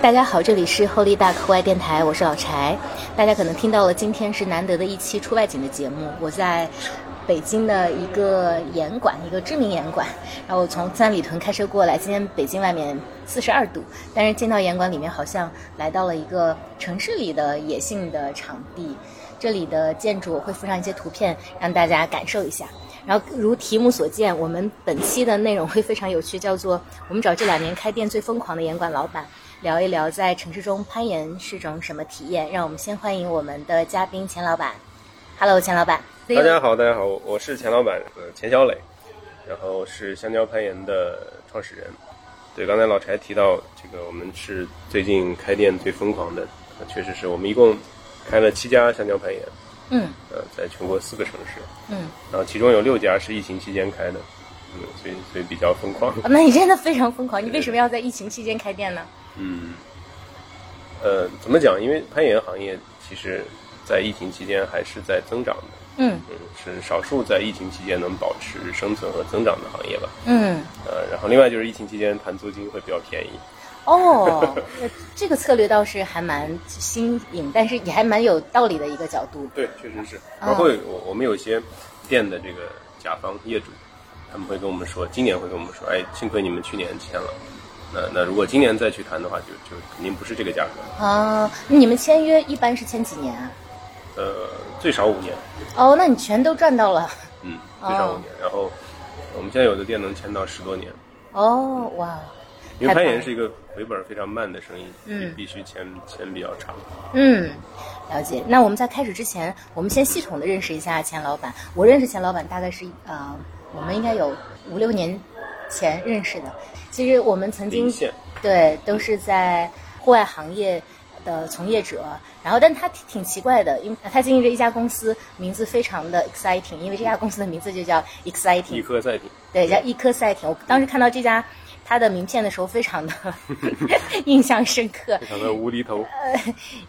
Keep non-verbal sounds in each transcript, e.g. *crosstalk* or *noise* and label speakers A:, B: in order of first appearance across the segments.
A: 大家好，这里是后力大课外电台，我是老柴。大家可能听到了，今天是难得的一期出外景的节目，我在。北京的一个演馆，一个知名演馆，然后我从三里屯开车过来。今天北京外面四十二度，但是进到演馆里面，好像来到了一个城市里的野性的场地。这里的建筑我会附上一些图片，让大家感受一下。然后如题目所见，我们本期的内容会非常有趣，叫做“我们找这两年开店最疯狂的演馆老板”，聊一聊在城市中攀岩是种什么体验。让我们先欢迎我们的嘉宾钱老板。Hello，钱老板。
B: 大家好，大家好，我是钱老板，呃，钱小磊，然后是香蕉攀岩的创始人。对，刚才老柴提到这个，我们是最近开店最疯狂的，呃确实是我们一共开了七家香蕉攀岩，
A: 嗯
B: 呃，在全国四个城市，
A: 嗯、
B: 然后其中有六家是疫情期间开的，嗯，所以所以比较疯狂。
A: 哦那你真的非常疯狂，你为什么要在疫情期间开店呢？
B: 嗯，呃，怎么讲？因为攀岩行业其实，在疫情期间还是在增长的，
A: 嗯
B: 嗯，是少数在疫情期间能保持生存和增长的行业吧。
A: 嗯，
B: 呃，然后另外就是疫情期间谈租金会比较便宜， *laughs*
A: 哦，那这个策略倒是还蛮新颖，但是也还蛮有道理的一个角度。
B: 对，确实是。
A: 啊
B: 包括有我我们有一些店的这个甲方业主，他们会跟我们说，今年会跟我们说，哎，幸亏你们去年签了，那那如果今年再去谈的话，就就肯定不是这个价格了，
A: 啊，你们签约一般是签几年啊？
B: 呃，最少五年，
A: 哦，那你全都赚到了。
B: 嗯，
A: 哦
B: 最少五年。然后我们现在有的店能签到十多年，
A: 哦，哇，
B: 因为
A: 太棒
B: 攀岩
A: 了
B: 是一个回本非常慢的生意，
A: 嗯
B: 你必须签签比较长。
A: 嗯，了解。那我们在开始之前，我们先系统的认识一下钱老板。我认识钱老板大概是呃，我们应该有五六年前认识的。其实我们曾经
B: 零线
A: 对都是在户外行业的从业者，然后但他挺挺奇怪的，因为他经营着一家公司，名字非常的 exciting，因为这家公司的名字就叫
B: 一
A: exciting，
B: 颗赛品，
A: 对，叫一颗赛艇。我当时看到这家他的名片的时候，非常的 *laughs* 印象深刻
B: 非。常的无厘头，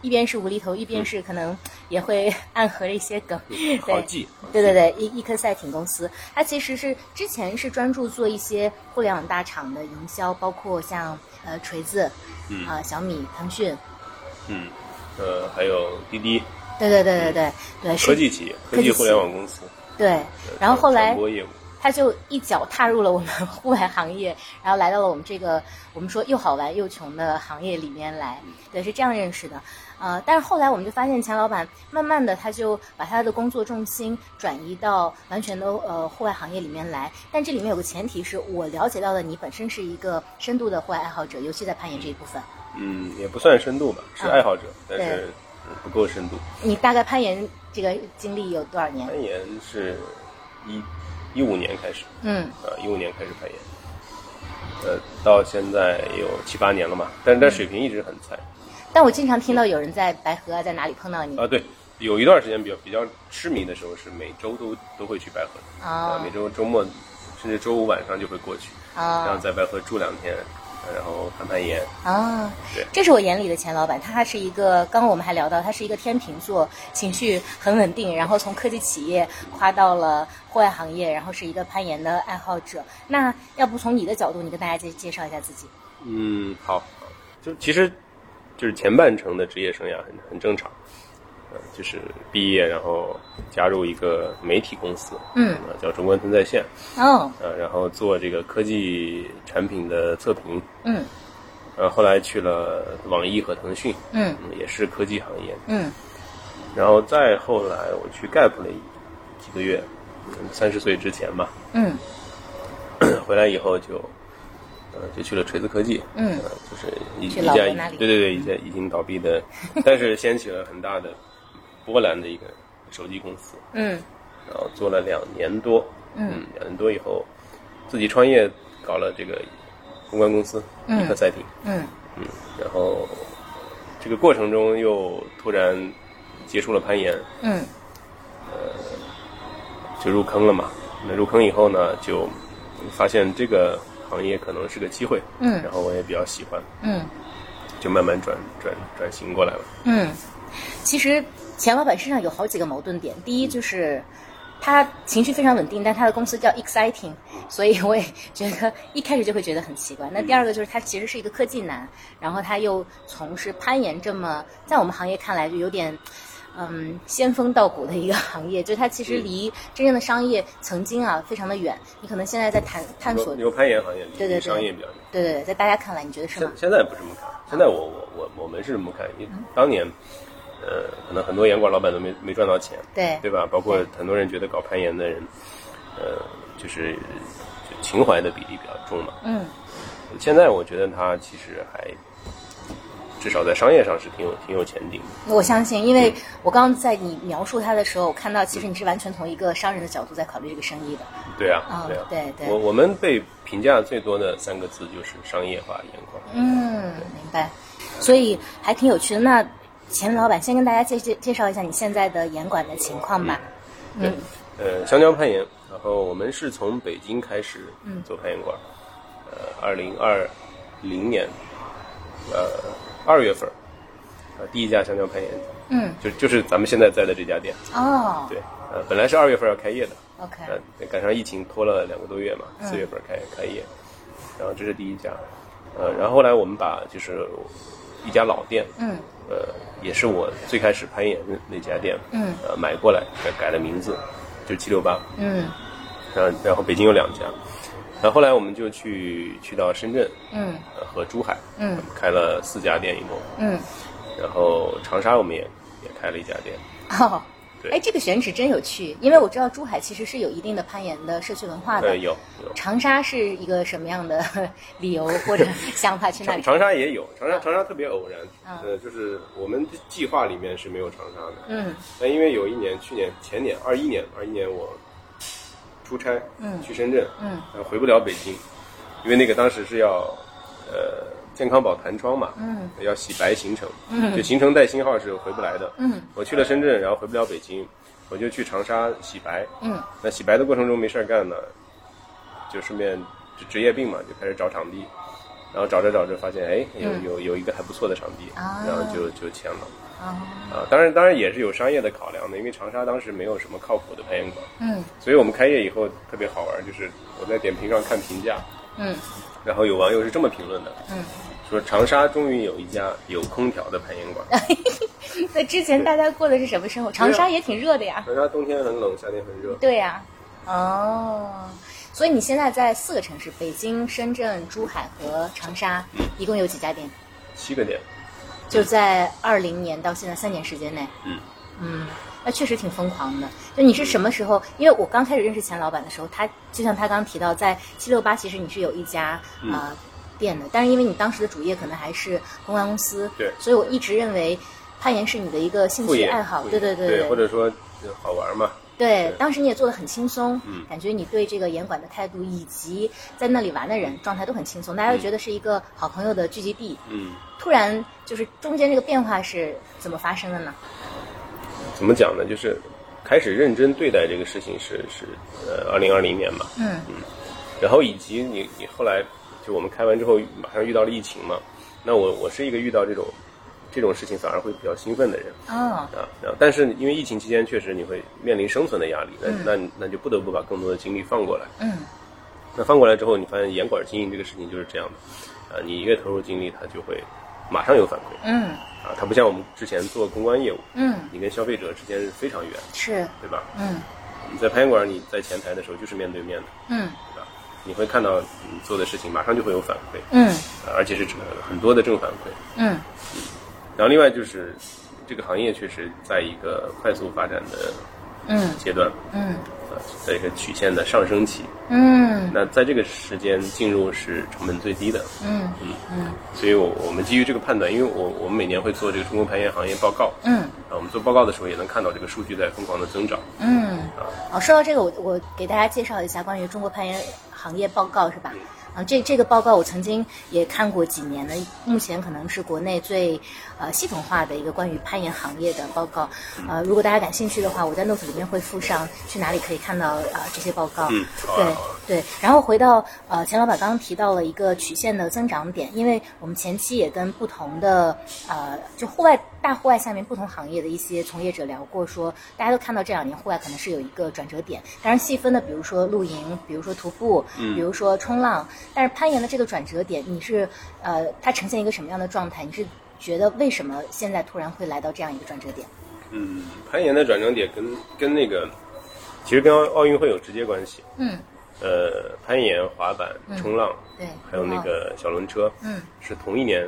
A: 一边是无厘头，一边是可能也会 *laughs* 暗合着一些梗，
B: 嗯好
A: 呃对。
B: 记。好记
A: 对对对，一一颗赛艇公司，它其实是之前是专注做一些互联网大厂的营销，包括像呃锤子，啊、
B: 嗯
A: 小米、腾讯，
B: 嗯，呃，还有滴滴
A: 对对对对对对
B: 科
A: 是，
B: 技企业、
A: 科技
B: 科
A: 企业
B: 技互联网公司，呃
A: 对。然后后
B: 传
A: 来
B: 播业务，
A: 他就一脚踏入了我们户外行业，然后来到了我们这个我们说又好玩又穷的行业里面来，对，是这样认识的。呃，但是后来我们就发现钱老板慢慢的他就把他的工作重心转移到完全的呃户外行业里面来，但这里面有个前提是我了解到的你本身是一个深度的户外爱好者，尤其在攀岩这一部分，
B: 嗯，也不算深度吧，是
A: 啊
B: 爱好者，但
A: 对
B: 是嗯不够深度。
A: 你大概攀岩这个经历有多少年？
B: 攀岩是一一五年开始，
A: 嗯
B: 啊，一五年开始攀岩，呃，到现在有七八年了嘛，但
A: 嗯
B: 是但水平一直很菜
A: 但我经常听到有人在白河啊，在哪里碰到你
B: 啊。对，有一段时间比较比较痴迷的时候是每周都都会去白河的啊，
A: 啊
B: 每周周末甚至周五晚上就会过去，然后
A: 啊
B: 在白河住两天，呃然后攀攀岩。
A: 啊！
B: 对
A: 这是我眼里的钱老板，他还是一个，刚刚我们还聊到，他是一个天秤座，情绪很稳定，然后从科技企业跨到了户外行业，然后是一个攀岩的爱好者。那要不从你的角度，你跟大家介介绍一下自己？
B: 嗯，好，好就其实就是前半程的职业生涯很很正常，呃，就是毕业然后加入一个媒体公司，
A: 嗯
B: 呃，叫中关村在线，
A: 哦，
B: 呃，然后做这个科技产品的测评，
A: 嗯
B: 呃，后来去了网易和腾讯，
A: 嗯
B: 嗯，也是科技行业，
A: 嗯
B: 然后再后来我去 Gap 了一几个月，嗯三十岁之前吧，
A: 嗯
B: *clears throat* 回来以后就，呃，就去了锤子科技，
A: 嗯
B: 呃，就是一
A: 去
B: 一
A: 老
B: 家
A: 挝
B: 已
A: 那里
B: 对对对，一家已经倒
A: *laughs*
B: 闭的，但是掀起了很大的波澜的一个手机公司，
A: 嗯
B: 然后做了两年多，
A: 嗯
B: 两年多以后自己创业，搞了这个公关公司，
A: 嗯
B: 一克赛艇，
A: 嗯
B: 嗯，然后这个过程中又突然结束了攀岩，
A: 嗯
B: 就入坑了嘛。那入坑以后呢，就发现这个行业可能是个机会，
A: 嗯
B: 然后我也比较喜欢，
A: 嗯
B: 就慢慢转转转型过来了。
A: 嗯。其实钱老板身上有好几个矛盾点，第一就是他情绪非常稳定，但他的公司叫 Exciting，所以我也觉得一开始就会觉得很奇怪。那第二个就是他其实是一个科技男，然后他又从事攀岩这么在我们行业看来就有点。嗯，仙风道骨的一个行业，就是它其实离真正的商业曾经啊非常的远。你可能现在在探探索，
B: 牛攀岩行业
A: 对对
B: 离
A: 对
B: 商业比较远。
A: 对对对，在大家看来，你觉得是嗯
B: 现
A: 吗？
B: 现在不这么看，现在我我我我们是这么看，因为当年，呃，可能很多岩馆老板都没没赚到钱，
A: 对
B: 对吧？包括很多人觉得搞攀岩的人，呃，就是就情怀的比例比较重嘛。
A: 嗯，
B: 现在我觉得他其实还至少在商业上是挺有挺有前景的。
A: 我相信，因为
B: 嗯
A: 我刚刚在你描述他的时候，我看到其实你是完全从一个商人的角度在考虑这个生意的。
B: 对啊，
A: 啊
B: 对啊，
A: 对对
B: 我我们被评价最多的三个字就是商业化眼光。
A: 嗯，明白。所以还挺有趣的。那钱老板先跟大家介介介绍一下你现在的严管的情况吧。
B: 对，呃，香蕉攀岩，然后我们是从北京开始做攀岩馆，呃，二零二零年，呃，二月份儿，呃，第一家香蕉攀岩，
A: 嗯，
B: 就就是咱们现在在的这家店，
A: 哦
B: 对，呃，本来是二月份要开业的，
A: ，OK，
B: 呃，赶上疫情拖了两个多月嘛，
A: 嗯
B: 四月份开开业，然后这是第一家，呃，然后后来我们把就是一家老店，
A: 嗯，
B: 呃，也是我最开始攀岩的那家店，
A: 嗯，
B: 呃，买过来改改了名字，就七六八，
A: 嗯
B: 然后然后北京有两家，然后后来我们就去去到深圳，
A: 嗯
B: 呃和珠海，
A: 嗯，
B: 开了四家店一共，
A: 嗯，
B: 然后长沙我们也也开了一家店，
A: 哦。
B: 对
A: 哎，这个选址真有趣，因为我知道珠海其实是有一定的攀岩的社区文化的。
B: 呃，有有。
A: 长沙是一个什么样的 *laughs* 理由或者 *laughs* 想法去那
B: 长
A: 里？
B: 长沙也有，
A: 嗯
B: 长沙长沙特别偶然，呃，就是我们的计划里面是没有长沙的，
A: 嗯
B: 但因为有一年，去年前年二一年二一年我出差，
A: 嗯
B: 去深圳，
A: 嗯
B: 呃，回不了北京，因为那个当时是要呃健康宝弹窗嘛，
A: 嗯，
B: 要洗白行程，
A: 嗯
B: 就行程带星号是回不来的，
A: 嗯
B: 我去了深圳，然后回不了北京，我就去长沙洗白，
A: 嗯
B: 那洗白的过程中没事儿干呢，就顺便就职业病嘛，就开始找场地，然后找着找着发现，哎，有有有一个还不错的场地，
A: 嗯啊
B: 然后就就签了。
A: 啊
B: 啊，当然当然也是有商业的考量的，因为长沙当时没有什么靠谱的攀岩馆，
A: 嗯
B: 所以我们开业以后特别好玩，就是我在点评上看评价，
A: 嗯
B: 然后有网友是这么评论的，
A: 嗯，
B: 说长沙终于有一家有空调的攀岩
A: *laughs*
B: 馆，
A: 那之前大家过的是什么生活？长
B: 啊
A: 沙也挺热的呀。
B: 长沙冬天很冷，夏天很热，
A: 对呀、哦，所以你现在在四个城市：北京、深圳、珠海和长沙，
B: 嗯
A: 一共有几家店？
B: 七个点，
A: 就在二零年到现在三年时间内。
B: 嗯
A: 嗯，那确实挺疯狂的。就你是什么时候？因为我刚开始认识钱老板的时候，他就像他刚提到，在七六八其实你是有一家
B: 嗯
A: 呃店的，但是因为你当时的主业可能还是公关公司，
B: 对
A: 所以我一直认为攀岩是你的一个兴
B: 副
A: 趣
B: 业
A: 爱好，
B: 副
A: 对对
B: 业对
A: 对，
B: 或者说呃好玩嘛，
A: 对
B: 对，
A: 当时你也做的很轻松，
B: 嗯
A: 感觉你对这个严管的态度以及在那里玩的人状态都很轻松，大家都觉得是一个好朋友的聚集地。
B: 嗯，
A: 突然就是中间这个变化是怎么发生的呢？
B: 怎么讲呢？就是开始认真对待这个事情是是呃二零二零年嘛，
A: 嗯
B: 然后以及你你后来就我们开完之后马上遇到了疫情嘛，那我我是一个遇到这种这种事情反而会比较兴奋的人
A: 哦，
B: 啊，然后但是因为疫情期间确实你会面临生存的压力，那那你那就不得不把更多的精力放过来。
A: 嗯
B: 那放过来之后，你发现严管经营这个事情就是这样的，啊，你越投入精力，它就会马上有反馈
A: 嗯
B: 啊，它不像我们之前做公关业务，
A: 嗯，
B: 你跟消费者之间是非常远，
A: 是
B: 对吧？
A: 嗯
B: 你在攀岩馆，你在前台的时候就是面对面的，
A: 嗯
B: 对吧？你会看到你做的事情马上就会有反馈，
A: 嗯
B: 呃而且是呃很多的正反馈。
A: 嗯
B: 然后另外就是这个行业确实在一个快速发展的
A: 嗯
B: 阶段，
A: 嗯
B: 呃，在一个曲线的上升期。
A: 嗯
B: 那在这个时间进入是成本最低的，
A: 嗯
B: 所以我我们基于这个判断，因为我我们每年会做这个中国攀岩行业报告，
A: 嗯
B: 啊，我们做报告的时候也能看到这个数据在疯狂的增长。啊
A: 嗯。哦，说到这个，我我给大家介绍一下关于中国攀岩行业报告是吧？啊，这这个报告我曾经也看过几年的，目前可能是国内最呃系统化的一个关于攀岩行业的报告。呃，如果大家感兴趣的话，我在 notes 里面会附上去哪里可以看到啊、呃这些报告。
B: 嗯好啊
A: 对
B: 好啊
A: 对。然后回到呃，钱老板刚刚提到了一个曲线的增长点，因为我们前期也跟不同的呃，就户外大户外下面不同行业的一些从业者聊过说，大家都看到这两年户外可能是有一个转折点，当然细分的，比如说露营，比如说徒步，
B: 嗯
A: 比如说冲浪，但是攀岩的这个转折点，你是呃，它呈现一个什么样的状态？你是觉得为什么现在突然会来到这样一个转折点？
B: 嗯，攀岩的转折点跟跟那个，其实跟奥奥运会有直接关系。
A: 嗯，
B: 呃，攀岩、滑板、冲浪，
A: 对啊
B: 还有那个小轮车，
A: 嗯，
B: 是同一年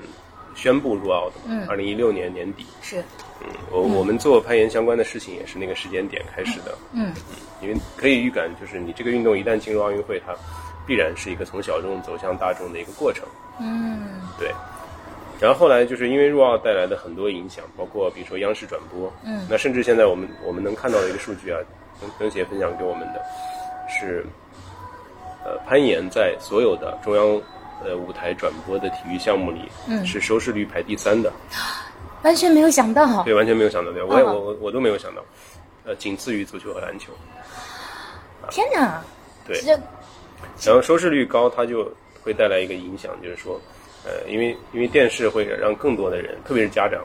B: 宣布入奥的，
A: 嗯
B: 二零一六年年底。
A: 是，
B: 嗯，我我们做攀岩相关的事情也是那个时间点开始的，
A: 嗯
B: 因为可以预感，就是你这个运动一旦进入奥运会，它必然是一个从小众走向大众的一个过程。
A: 嗯
B: 对。然后后来就是因为入奥带来的很多影响，包括比如说央视转播，
A: 嗯
B: 那甚至现在我们我们能看到的一个数据啊，跟跟协分享给我们的是，呃，攀岩在所有的中央呃舞台转播的体育项目里，
A: 嗯
B: 是收视率排第三的，
A: 完全没有想到，
B: 对，完全没有想到，对我也
A: 哦
B: 我我我都没有想到，呃，仅次于足球和篮球，
A: 天哪！
B: 对，
A: 这
B: 然后收视率高，它就会带来一个影响，就是说，呃，因为因为电视会让更多的人，特别是家长，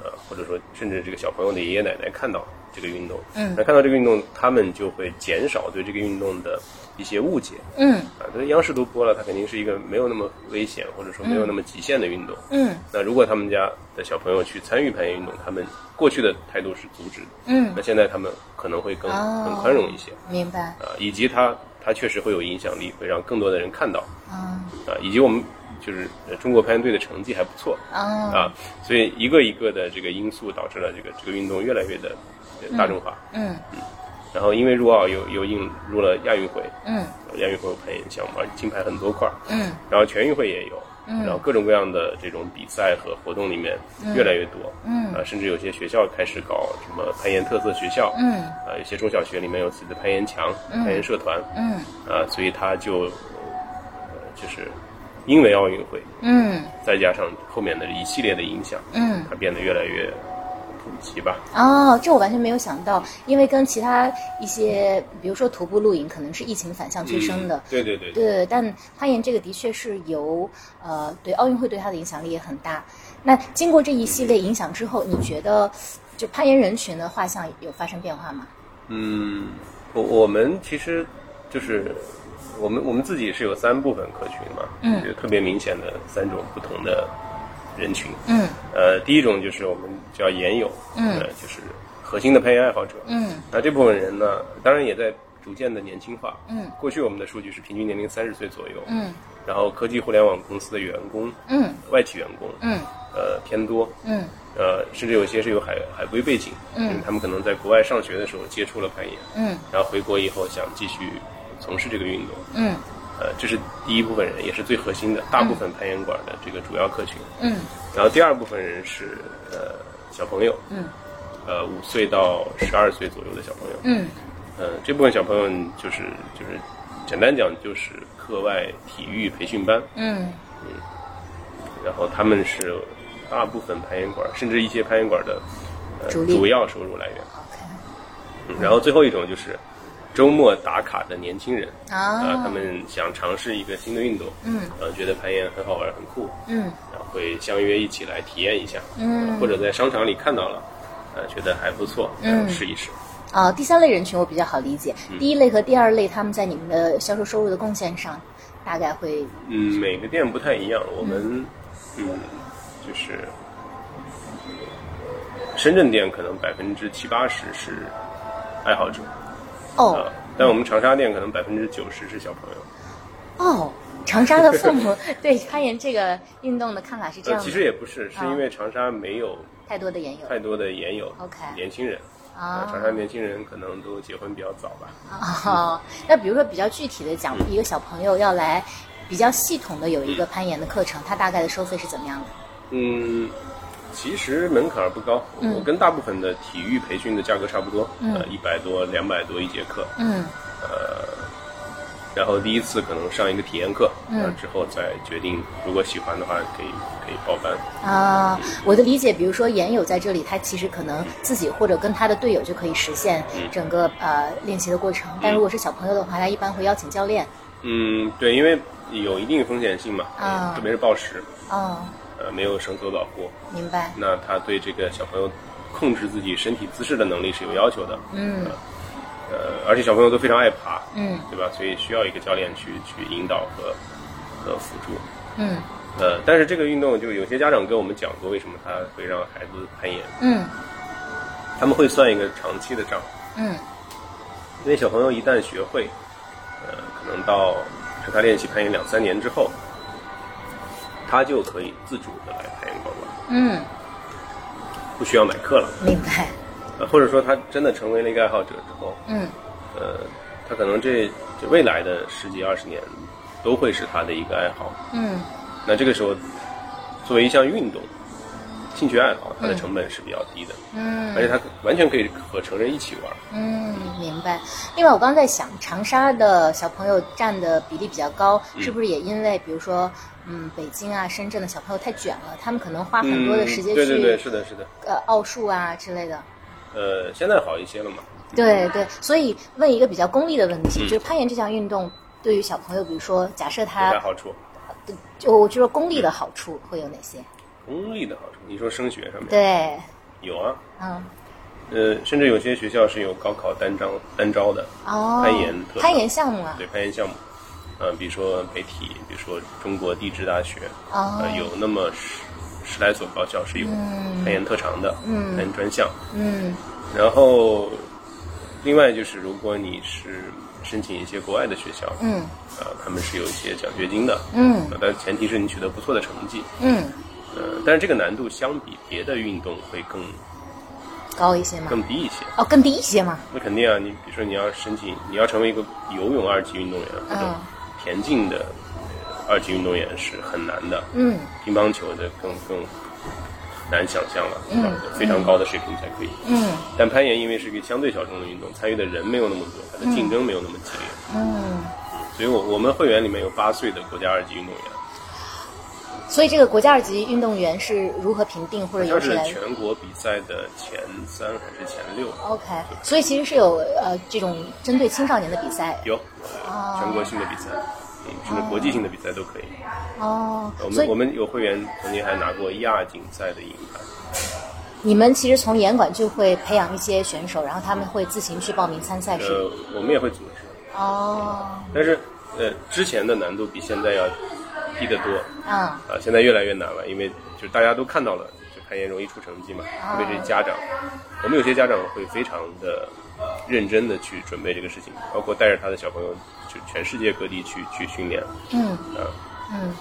B: 呃，或者说甚至这个小朋友的爷爷奶奶看到这个运动，
A: 嗯
B: 那看到这个运动，他们就会减少对这个运动的一些误解
A: 嗯
B: 啊。因为央视都播了，它肯定是一个没有那么危险或者说没有那么极限的运动。
A: 嗯
B: 那如果他们家的小朋友去参与攀岩运动，他们过去的态度是阻止的，
A: 嗯
B: 那现在他们可能会更
A: 哦
B: 更宽容一些。
A: 明白，
B: 啊，以及它它确实会有影响力，会让更多的人看到
A: 嗯
B: 啊，以及我们就是呃中国攀岩队的成绩还不错
A: 啊
B: 啊，所以一个一个的这个因素导致了这个这个运动越来越的呃大众化，
A: 嗯
B: 然后因为入奥又又引入了亚运会，
A: 嗯
B: 亚运会有攀岩项目，而且金牌很多块儿，
A: 嗯
B: 然后全运会也有。然后各种各样的这种比赛和活动里面越来越多，
A: 嗯
B: 啊，甚至有些学校开始搞什么攀岩特色学校，
A: 嗯
B: 啊，有些中小学里面有自己的攀岩墙、攀岩社团，
A: 嗯
B: 啊，所以他就呃就是因为奥运会，
A: 嗯
B: 再加上后面的一系列的影响，
A: 嗯。
B: 它变得越来越普及吧。
A: 哦，这我完全没有想到，因为跟其他一些，比如说徒步露营，可能是疫情反向催生的，
B: 对对对，
A: 对，但攀岩这个的确是由呃对奥运会对它的影响力也很大。那经过这一系列影响之后，你觉得就攀岩人群的画像有发生变化吗？
B: 嗯，我我们其实就是我们我们自己是有三部分客群嘛，
A: 嗯
B: 就特别明显的三种不同的人群。
A: 嗯
B: 呃，第一种就是我们叫岩友，
A: 嗯
B: 呃，就是核心的攀岩爱好者，
A: 嗯
B: 那这部分人呢，当然也在逐渐的年轻化。
A: 嗯
B: 过去我们的数据是平均年龄三十岁左右，
A: 嗯
B: 然后科技互联网公司的员工，
A: 嗯
B: 外企员工，
A: 嗯
B: 呃偏多，
A: 嗯
B: 呃甚至有些是有海海归背景，
A: 嗯
B: 就是他们可能在国外上学的时候接触了攀岩，
A: 嗯
B: 然后回国以后想继续从事这个运动，
A: 嗯
B: 呃这是第一部分人，也是最核心的，大部分攀岩馆的这个主要客群。
A: 嗯
B: 然后第二部分人是呃小朋友，
A: 嗯
B: 呃五岁到十二岁左右的小朋友，
A: 嗯
B: 呃，这部分小朋友就是就是，简单讲就是课外体育培训班，
A: 嗯
B: 然后他们是大部分攀岩馆，甚至一些攀岩馆的、呃、
A: 主力
B: 主要收入来源、
A: ，OK，
B: 嗯然后最后一种就是周末打卡的年轻人，啊、
A: 啊，
B: 他们想尝试一个新的运动，
A: 嗯
B: 呃，觉得攀岩很好玩很酷，
A: 嗯
B: 然后会相约一起来体验一下，
A: 嗯
B: 呃或者在商场里看到了，呃，觉得还不错，
A: 嗯
B: 呃试一试。
A: 啊，第三类人群我比较好理解，
B: 嗯
A: 第一类和第二类他们在你们的销售收入的贡献上大概会
B: 嗯，每个店不太一样。我们嗯，就是深圳店可能百分之七八十是爱好者
A: 哦。
B: 啊，但我们长沙店可能百分之九十是小朋友。
A: 哦，长沙的父母 *laughs* 对攀岩这个运动的看法是这
B: 呃，
A: 样的，
B: 其实呃也不是，是
A: 啊
B: 因为长沙没有
A: 太多的岩友
B: 太多的研友
A: OK
B: 年轻人。
A: 啊
B: 长沙年轻人可能都结婚比较早吧。
A: 哦。那比如说比较具体的讲，
B: 嗯
A: 一个小朋友要来比较系统的有一个攀岩的课程，他大概的收费是怎么样的？
B: 嗯，其实门槛儿不高，
A: 嗯
B: 我跟大部分的体育培训的价格差不多，
A: 嗯
B: 嗯呃，一百多、两百多一节课。
A: 嗯
B: 然后第一次可能上一个体验课，然后之后再决定，如果喜欢的话可以可以报班。
A: 啊，我的理解，比如说研友在这里，他其实可能自己或者跟他的队友就可以实现
B: 嗯
A: 整个呃练习的过程。但如果是小朋友的话，他一般会邀请教练。
B: 嗯，对，因为有一定风险性嘛，嗯
A: 啊
B: 特别是暴食，
A: 哦，
B: 呃，没有绳索保护，
A: 明白。
B: 那他对这个小朋友控制自己身体姿势的能力是有要求的。
A: 嗯
B: 呃，而且小朋友都非常爱爬，
A: 嗯
B: 对吧？所以需要一个教练去去引导和和辅助。
A: 嗯
B: 呃，但是这个运动就有些家长跟我们讲过，为什么他会让孩子攀岩，
A: 嗯
B: 他们会算一个长期的账，
A: 嗯
B: 因为小朋友一旦学会，呃，可能到和他练习攀岩两三年之后，他就可以自主的来攀岩高了，
A: 嗯，
B: 不需要买课了。
A: 明白。
B: 呃，或者说他真的成为了一个爱好者之后，
A: 嗯
B: 呃，他可能这这未来的十几二十年都会是他的一个爱好。
A: 嗯
B: 那这个时候，作为一项运动、兴趣爱好，它的成本是比较低的，
A: 嗯
B: 而且它完全可以和成人一起玩。
A: 嗯，明白。另外，我刚在想，长沙的小朋友占的比例比较高，是不是也因为，比如说，嗯，北京啊、深圳的小朋友太卷了，他们可能花很多的时间去、
B: 嗯对对对，是的，是的。
A: 呃奥数啊之类的。
B: 呃，现在好一些了嘛？
A: 对对，所以问一个比较功利的问题，就是攀岩这项运动对于小朋友，比如说，假设
B: 有啥
A: 他，
B: 好处？
A: 就我就说功利的好处会有哪些？
B: 功利的好处，你说升学上面
A: 对，
B: 有啊？
A: 嗯，
B: 呃，甚至有些学校是有高考单招单招的，
A: 哦，
B: 攀岩特长
A: 攀岩项目啊，
B: 对攀岩项目，呃，比如说北体，比如说中国地质大学，
A: 哦
B: 呃，有那么十十来所高校是有攀岩特长的，
A: 嗯
B: 攀岩专项。
A: 嗯
B: 然后，另外就是如果你是申请一些国外的学校，
A: 嗯
B: 呃，他们是有一些奖学金的，
A: 嗯
B: 呃，但前提是你取得不错的成绩，
A: 嗯，
B: 呃，但是这个难度相比别的运动会更
A: 高一些吗？
B: 更低一些。
A: 哦，更低一些吗？
B: 那肯定啊，你比如说你要申请，你要成为一个游泳二级运动员或者
A: 嗯
B: 田径的呃二级运动员是很难的，
A: 嗯
B: 乒乓球的更更难想象了，对吧？非常高的水平才可以。
A: 嗯
B: 但攀岩因为是一个相对小众的运动，参与的人没有那么多，它的竞争没有那么激烈，
A: 嗯，
B: 所以我我们会员里面有八岁的国家二级运动员，
A: 所以这个国家二级运动员是如何评定或者由
B: 他
A: 谁
B: 是
A: 来
B: 全国比赛的前三还是前六？
A: ？OK，所以其实是有呃这种针对青少年的比赛
B: 有，呃全国性的比赛，嗯，甚至国际性的比赛都可以。
A: 哦
B: 我，
A: 所
B: 们我
A: 以
B: 们有会员曾经还拿过亚锦赛的银牌，
A: 你们其实从严管就会培养一些选手，然后他们会自行去报名参赛是
B: 呃，我们也会组织，
A: 哦，
B: 但是呃，之前的难度比现在要低得多
A: 嗯
B: 啊，现在越来越难了，因为就是大家都看到了，就攀岩容易出成绩嘛，特
A: 啊
B: 别是家长，我们有些家长会非常的认真的去准备这个事情，包括带着他的小朋友就全世界各地去去训练，
A: 嗯
B: 啊，
A: 嗯，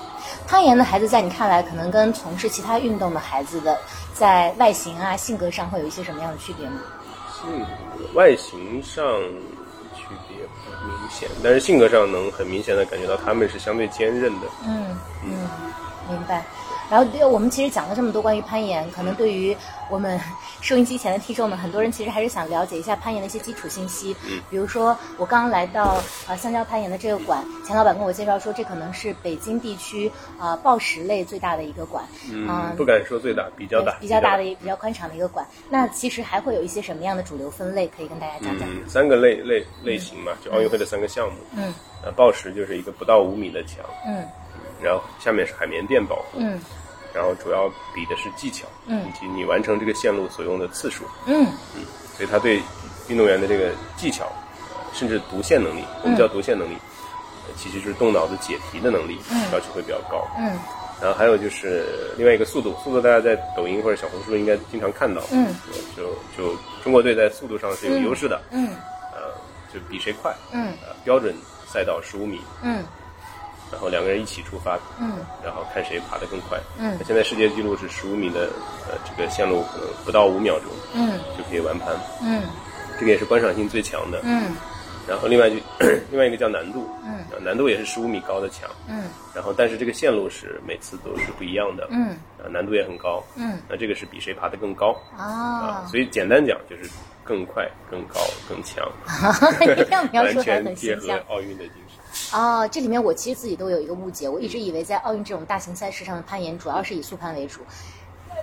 A: 攀岩的孩子在你看来可能跟从事其他运动的孩子的在外形啊性格上会有一些什么样的区别吗？
B: 性格外形上区别不明显，但是性格上能很明显的感觉到他们是相对坚韧的。
A: 嗯，嗯，明白。然后对我们其实讲了这么多关于攀岩，可能对于我们收音机前的听众们，很多人其实还是想了解一下攀岩的一些基础信息。
B: 嗯，
A: 比如说我刚刚来到呃香蕉攀岩的这个馆，钱老板跟我介绍说，这可能是北京地区呃暴食类最大的一个馆，
B: 嗯，不敢说最大，比较大，
A: 啊比较大的一比较宽敞的一个馆。那其实还会有一些什么样的主流分类可以跟大家讲讲？
B: 嗯，三个类类类型嘛，就奥运会的三个项目。
A: 嗯
B: 呃，抱石就是一个不到五米的墙，
A: 嗯
B: 然后下面是海绵垫保护，
A: 嗯
B: 然后主要比的是技巧，
A: 嗯
B: 以及你完成这个线路所用的次数。
A: 嗯
B: 所以他对运动员的这个技巧，呃甚至读线能力，我
A: 嗯
B: 们叫读线能力，呃其实就是动脑子解题的能力，要求会比较高。
A: 嗯
B: 然后还有就是另外一个速度，速度大家在抖音或者小红书应该经常看到，
A: 嗯
B: 呃，就就中国队在速度上是有优势的，
A: 嗯
B: 呃，就比谁快，
A: 嗯
B: 呃，标准赛道十五米，
A: 嗯
B: 然后两个人一起出发，
A: 嗯
B: 然后看谁爬得更快，
A: 嗯
B: 那现在世界纪录是十五米的，呃，这个线路可能不到五秒钟
A: 嗯
B: 就可以完盘，
A: 嗯
B: 这个也是观赏性最强的。
A: 嗯
B: 然后另外就另外一个 *clears throat* 叫难度，
A: 嗯
B: 呃，难度也是十五米高的墙，
A: 嗯
B: 然后但是这个线路是每次都是不一样的，
A: 嗯
B: 呃，难度也很高，
A: 嗯
B: 那这个是比谁爬得更高
A: 啊 *laughs*
B: 啊，。 *laughs* 所以简单讲就是更快、更高、更强，
A: 你这样描
B: 完
A: 述还
B: 全
A: 很
B: 结
A: 形
B: 合
A: 象。
B: 奥运的精神。
A: 哦，这里面我其实自己都有一个误解，我一直以为在奥运这种大型赛事上的攀岩主要是以速攀为主。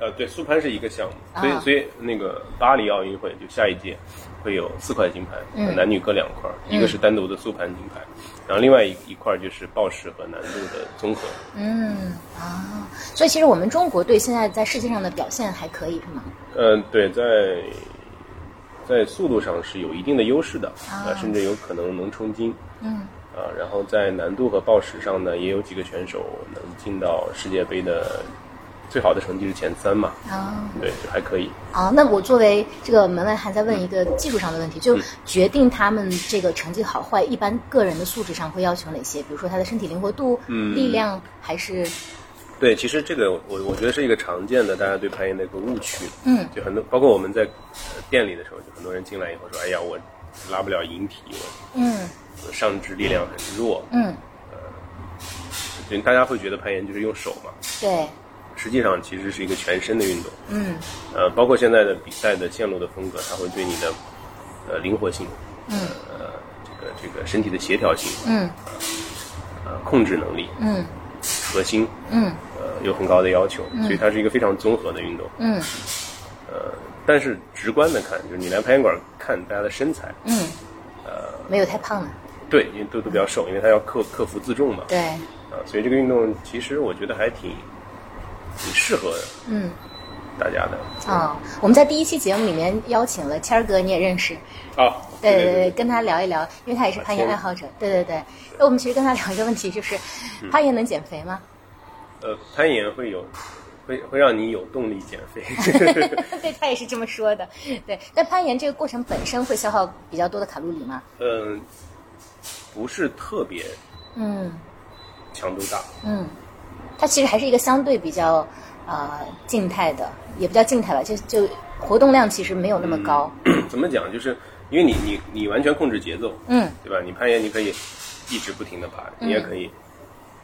B: 呃，对，速攀是一个项目，所
A: 啊
B: 以所以那个巴黎奥运会就下一届会有四块金牌，
A: 嗯
B: 男女各两块，一个是单独的速攀金牌，然后另外一一块就是抱石和难度的综合。
A: 嗯，啊，所以其实我们中国队现在在世界上的表现还可以，是吗？
B: 嗯、对，在在速度上是有一定的优势的，啊、
A: 啊
B: 甚至有可能能冲金。
A: 嗯，
B: 啊，然后在难度和报时上呢，也有几个选手能进到世界杯的最好的成绩是前三嘛，
A: 啊。
B: 对，就还可以。
A: 啊，那我作为这个门外汉，在问一个技术上的问题，就是决定他们这个成绩好坏，一般个人的素质上会要求哪些？比如说他的身体灵活度、
B: 嗯
A: 力量，还是
B: 对，其实这个我我觉得是一个常见的大家对攀岩的一个误区，
A: 嗯，
B: 就很多包括我们在呃店里的时候，就很多人进来以后说，哎呀，我拉不了引体，我
A: 嗯
B: 我上肢力量很弱，
A: 嗯，
B: 就大家会觉得攀岩就是用手嘛，
A: 对，
B: 实际上其实是一个全身的运动，
A: 嗯
B: 呃，包括现在的比赛的线路的风格，它会对你的呃灵活性，
A: 嗯
B: 呃，这个这个身体的协调性，
A: 嗯
B: 呃，控制能力、
A: 嗯
B: 核心，
A: 嗯
B: 呃，有很高的要求，所以它是一个非常综合的运动。
A: 嗯
B: 呃，但是直观的看，就是你来攀岩馆看大家的身材，
A: 嗯，没有太胖了，
B: 对，因为都都比较瘦，因为它要克克服自重嘛，
A: 对，
B: 啊、所以这个运动其实我觉得还挺挺适合
A: 嗯。
B: 大家的。
A: 啊、我们在第一期节目里面邀请了谦儿哥，你也认识，
B: 啊，
A: 对
B: 对啊
A: 对，跟他聊一聊，因为他也是攀岩爱好者，对对对。那我们其实跟他聊一个问题，就是
B: 嗯
A: 攀岩能减肥
B: *laughs*
A: 吗？
B: 呃，攀岩会有会会让你有动力减肥。 *laughs*
A: 对他也是这么说的，对。但攀岩这个过程本身会消耗比较多的卡路里吗？
B: 嗯、不是特别
A: 嗯
B: 强度大， *coughs*
A: 嗯，它其实还是一个相对比较呃静态的，也不叫静态吧，就就活动量其实没有那么高。
B: 怎么讲？就是因为你你你完全控制节奏，
A: 嗯
B: 对吧？你攀岩你可以一直不停的爬，你也可以、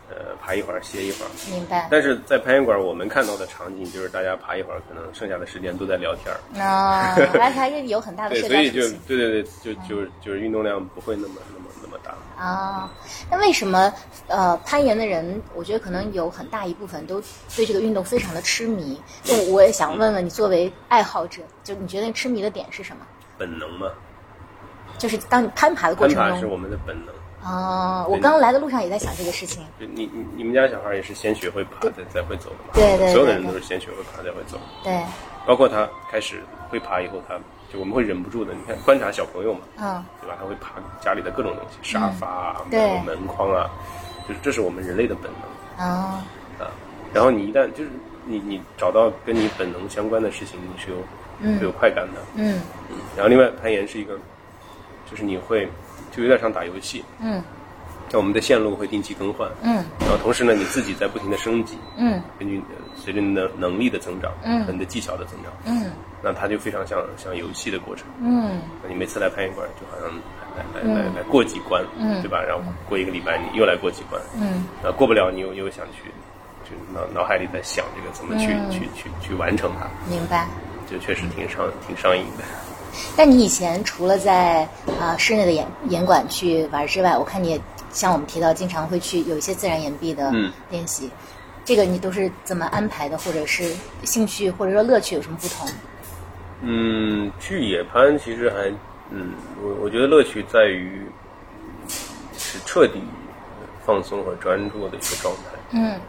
B: 呃爬一会儿歇一会儿。
A: 明白。
B: 嗯但是在攀岩馆，我们看到的场景就是大家爬一会儿，可能剩下的时间都在聊天儿。 *laughs*
A: 那、而且还啊是有很大的嗯
B: 对，
A: 社
B: 所
A: 交
B: 以
A: 属
B: 就
A: 性。
B: 对对对，就就是就是运动量不会那么那么那么大。
A: 啊，那为什么呃攀岩的人，我觉得可能有很大一部分都对这个运动非常的痴迷。就我也想问问你，作为爱好者，就你觉得痴迷的点是什么？
B: 本能嘛，
A: 就是当你攀爬的过
B: 攀
A: 程
B: 爬是
A: 中，
B: 我们的本能。
A: 啊、我
B: 对
A: 刚来的路上也在想这个事情。
B: 就你你你们家小孩也是先学会爬，再再会走的嘛。
A: 对对
B: 所有
A: 对
B: 的人
A: 对
B: 都是先学会爬，再会走。
A: 对，
B: 包括他开始会爬以后，他就我们会忍不住的，你看观察小朋友嘛，
A: 嗯
B: 对吧？他会爬家里的各种东西，沙发啊、
A: 对
B: 门门框啊，就是这是我们人类的本能
A: 啊、
B: 啊。然后你一旦就是你你找到跟你本能相关的事情，你是有
A: 嗯
B: 会有快感的。
A: 嗯
B: 然后另外攀岩是一个，就是你会就有点像打游戏，
A: 嗯
B: 像我们的线路会定期更换，
A: 嗯
B: 然后同时呢你自己在不停的升级，
A: 嗯
B: 根据你的随着你的能力的增长，
A: 嗯
B: 和你的技巧的增长，
A: 嗯
B: 那它就非常像像游戏的过程。
A: 嗯
B: 那你每次来攀岩馆，就好像来来来来来过几关，
A: 嗯
B: 对吧？然后过一个礼拜，你又来过几关，
A: 嗯
B: 那过不了，你又又想去，就脑脑海里在想这个怎么去、
A: 嗯
B: 去去去完成它，
A: 明白。
B: 这确实挺上挺上瘾的。
A: 但你以前除了在啊、呃室内的岩岩馆去玩之外，我看你也像我们提到，经常会去有一些自然岩壁的
B: 嗯
A: 练习。这个你都是怎么安排的，或者是兴趣或者说乐趣有什么不同？
B: 嗯，去野攀其实还，嗯，我我觉得乐趣在于是彻底放松和专注的一个状态。呃
A: 嗯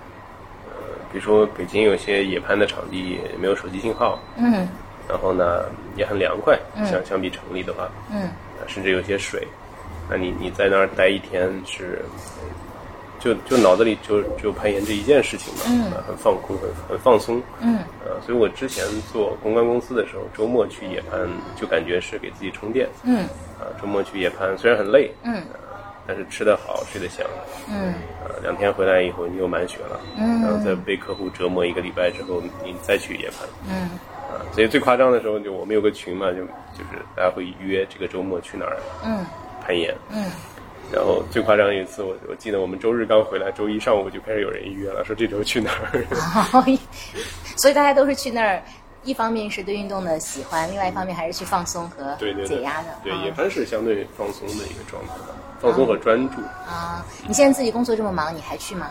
B: 比如说北京有些野攀的场地没有手机信号，
A: 嗯
B: 然后呢也很凉快，相相比城里的话，
A: 嗯
B: 呃甚至有些水，那你你在那儿待一天是，呃就就脑子里就就攀岩这一件事情嘛，
A: 嗯
B: 啊很放空，很很放松，
A: 嗯
B: 呃，所以我之前做公关公司的时候，周末去野攀就感觉是给自己充电，
A: 嗯
B: 啊、周末去野攀虽然很累，呃
A: 嗯
B: 但是吃得好，睡得香，
A: 嗯
B: 呃，两天回来以后你又满血了，
A: 嗯
B: 然后再被客户折磨一个礼拜之后，你再去野攀，
A: 嗯
B: 啊、所以最夸张的时候就我们有个群嘛，就就是大家会约这个周末去哪儿
A: 嗯
B: 攀岩，
A: 嗯，
B: 然后最夸张的一次，我我记得我们周日刚回来，周
A: *laughs*
B: 一
A: 啊
B: 上午就开始有人约了，说这周去哪儿？
A: 然后所以大家都是去那儿一方面是对运动的喜欢，另外一方面还是去放松和
B: 对对对
A: 解压的。
B: 对，
A: 嗯
B: 野攀是相对放松的一个状态，放松和专注。
A: 啊、你现在自己工作这么忙，你还去吗？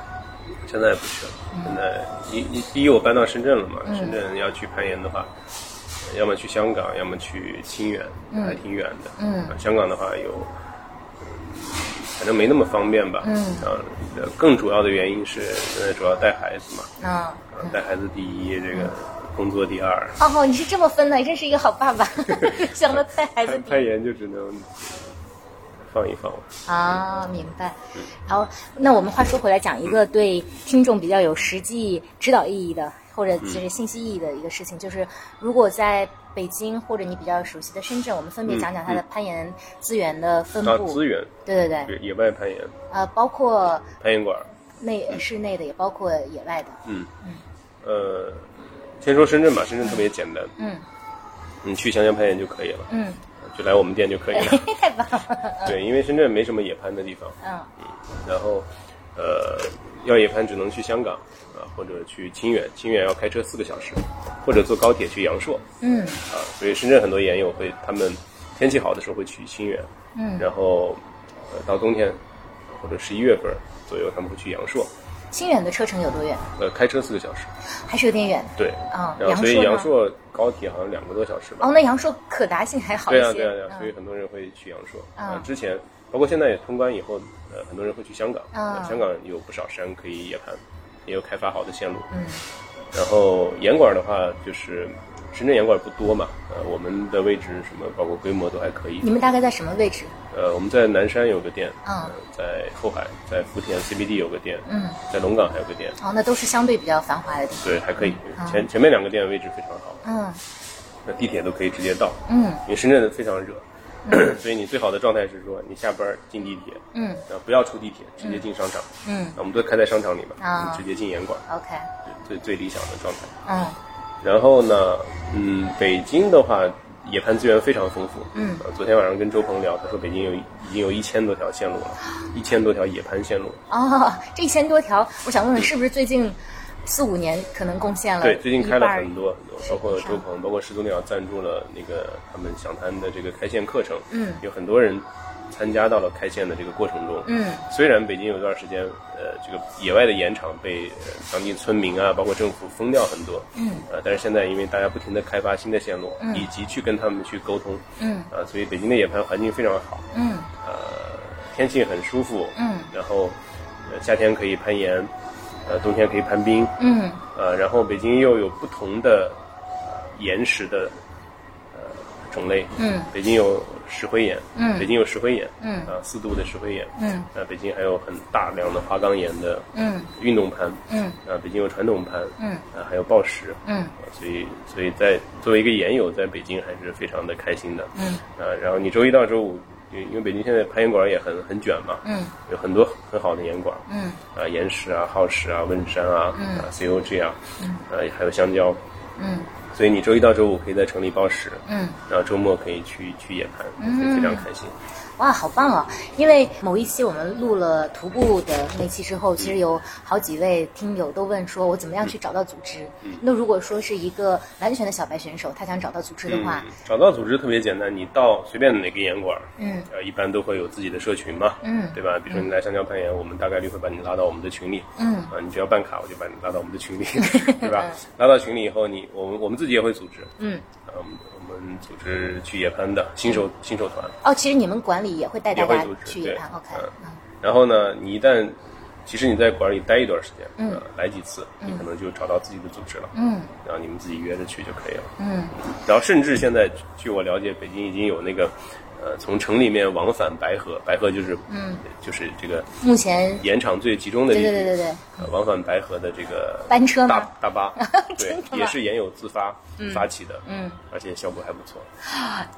B: 现在不去了，
A: 嗯
B: 现在一一第一我搬到深圳了嘛，深圳要去攀岩的话，呃要么去香港，要么去清远，还挺远的。
A: 嗯
B: 啊香港的话有，嗯反正没那么方便吧。嗯，啊，呃更主要的原因是现在主要带孩子嘛，
A: 嗯。
B: 啊带孩子第一，这个工作第二，
A: 哦，你是这么分的，你真是一个好爸爸， *laughs* 想到带孩子
B: 攀
A: 比
B: 攀岩就只能放一放了。
A: 啊，明白。然后，那我们话说回来，讲一个对听众比较有实际指导意义的，或者就是
B: 嗯
A: 信息意义的一个事情，就是如果在北京或者你比较熟悉的深圳，我们分别讲讲它的攀岩资源的分
B: 嗯啊，
A: 布。
B: 资源，
A: 对对对，
B: 对，野外攀岩，
A: 呃，包括
B: 攀岩馆儿，
A: 内室内的，也包括野外的。
B: 嗯，呃，先说深圳吧，深圳特别简单，
A: 嗯
B: 你去湘江攀岩就可以了，
A: 嗯， *laughs*
B: 就来我们店就可以了。
A: 太棒了。
B: 对，因为深圳没什么野攀的地方，
A: 嗯
B: 然后，呃，要野攀只能去香港啊，或者去清远，清远要开车四个小时，或者坐高铁去阳朔
A: 嗯
B: 啊。所以深圳很多岩友会，他们天气好的时候会去清远，
A: 嗯，
B: 然后、呃、到冬天或者十一月份左右，他们会去阳朔，
A: 清远的车程有多远？
B: 呃，开车四个小时。朔
A: 还是有点远。
B: 对，
A: 啊
B: 然后所以
A: 阳朔呢
B: 阳朔高铁好像两个多小时吧。
A: 哦，那阳朔可达性还好一
B: 对
A: 些。
B: 啊，对啊，对啊，
A: 嗯
B: 所以很多人会去阳朔。
A: 嗯
B: 啊，之前包括现在也通关以后，呃，很多人会去香港。
A: 嗯
B: 呃香港有不少山可以野攀，也有开发好的线路。
A: 嗯
B: 然后岩馆的话，就是深圳岩馆不多嘛，呃，我们的位置什么，包括规模都还可以
A: 你。们大概在什么位置？
B: 呃，我们在南山有个店，
A: 嗯
B: 呃在后海，在福田 CBD 有个店，
A: 嗯，
B: 在龙岗还有个店，
A: 哦，那都是相对比较繁华的地方。
B: 对，还可以
A: 嗯。
B: 前前面两个店位置非常好，
A: 嗯
B: 那地铁都可以直接到。
A: 嗯
B: 因为深圳非常热， *clears throat* 所以你最好的状态是说，你下班进地铁，
A: 嗯
B: 呃，不要出地铁，直接进商场。
A: 嗯
B: 啊我们都开在商场里嘛，
A: 啊
B: 你直接进严管，
A: ，OK，
B: 最最最理想的状态。
A: 嗯
B: 然后呢，嗯，北京的话，野攀资源非常丰富。
A: 嗯
B: 呃，昨天晚上跟周鹏聊，他说北京有已经有一千多条线路了，一千多条野攀线路。
A: 哦，这一千多条，我想问问，是不是最近四五年可能贡献了？
B: 对，最近开了很。多很多，包括
A: 是
B: 周鹏，包括始祖鸟赞助了那个他们想谈的这个开线课程，
A: 嗯
B: 有很多人参加到了开线的这个过程中，
A: 嗯
B: 虽然北京有一段时间，呃，这个野外的盐场被、呃当地村民啊，包括政府封掉很多，
A: 嗯，
B: 呃，但是现在因为大家不停的开发新的线路，
A: 嗯
B: 以及去跟他们去沟通，
A: 嗯
B: 啊、所以北京的野攀环境非常好，
A: 嗯
B: 呃，天气很舒服，
A: 嗯
B: 然后、呃、夏天可以攀岩，呃，冬天可以攀冰，
A: 嗯
B: 呃，然后北京又有不同的呃岩石的呃种类，
A: 嗯
B: 北京有石灰岩，
A: 嗯
B: 北京有石灰岩，
A: 嗯
B: 啊、四度的石灰岩，
A: 嗯
B: 呃，北京还有很大量的花岗岩的
A: 嗯
B: 运动盘，
A: 嗯
B: 呃，北京有传统盘，
A: 嗯
B: 呃，还有抱石，
A: 嗯
B: 呃所以所以在作为一个岩友，在北京还是非常的开心的，
A: 嗯
B: 呃，然后你周一到周五，因为因为北京现在攀岩馆也很很卷嘛，
A: 嗯
B: 有很多很好的岩馆，
A: 嗯
B: 啊，岩石啊、耗石啊、汶山啊、
A: 嗯
B: 啊 COG 啊，呃，还有香蕉，
A: 嗯
B: 所以你周一到周五可以在城里报时，
A: 嗯，
B: 然后周末可以去去野攀，
A: 嗯
B: 非常开心。
A: 哇，好棒啊！因为某一期我们录了徒步的那期之后，其
B: 嗯
A: 实有好几位听友都问说，我怎么样去找到组织？
B: 嗯
A: 那如果说是一个完全的小白选手，他想找到组织的话，，
B: 嗯找到组织特别简单，你到随便哪个岩馆，
A: 嗯
B: 呃，一般都会有自己的社群嘛，
A: 嗯
B: 对吧？比如说你来香蕉攀岩，我们大概率会把你拉到我们的群里，
A: 嗯
B: 啊，你只要办卡，我就把你拉到我们的
A: *laughs*
B: 群里，对吧？拉到群里以后，你我们我们自己也会组织，
A: 嗯，
B: 啊，我们我们组织去野攀的新手新手团，
A: 哦，其实你们管理也会带大
B: 也
A: 家
B: 会组织
A: 去野攀
B: 对
A: ，OK，
B: 嗯然后呢，你一旦其实你在馆里待一段时间，嗯、来几次，你可能就找到自己的组织了，
A: 嗯
B: 然后你们自己约着去就可以了。
A: 嗯
B: 然后甚至现在，据我了解，北京已经有那个，呃，从城里面往返白河，白河就是，嗯，就是这个
A: 嗯，目前
B: 盐场最集中的地
A: 对
B: 区，
A: 对对对对，
B: 呃往返白河的这个
A: 班车吗
B: 大
A: *laughs*
B: 大巴，对
A: 真的，吗
B: 也是盐友自发、发起的，
A: 嗯，
B: 而且效果还不错。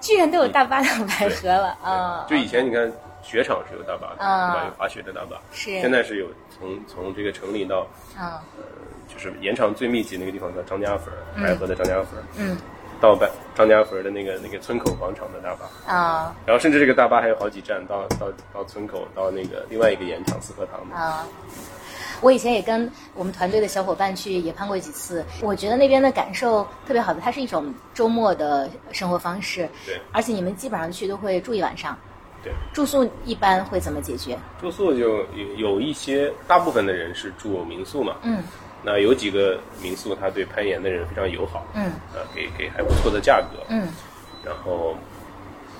A: 居然都有大巴 *laughs* 到白河了啊！
B: 就以前你看雪场是有大巴的，
A: 啊
B: 对吧？有滑雪的大巴，
A: 是
B: 现在是有从从这个城里到呃
A: 啊，
B: 就是盐场最密集那个地方叫张家坟，白河的张家坟，
A: 嗯
B: 到白张家坟的那个那个村口广场的大巴，
A: 啊
B: 然后甚至这个大巴还有好几站，到到到村口，到那个另外一个盐场四合堂的。
A: 啊！我以前也跟我们团队的小伙伴去野攀过几次，我觉得那边的感受特别好的，它是一种周末的生活方式。
B: 对
A: 而且你们基本上去都会住一晚上，
B: 对，
A: 住宿一般会怎么解决？
B: 住宿就有有一些，大部分的人是住民宿嘛，
A: 嗯
B: 那有几个民宿，它对攀岩的人非常友好，
A: 嗯
B: 呃，给给还不错的价格，
A: 嗯
B: 然后，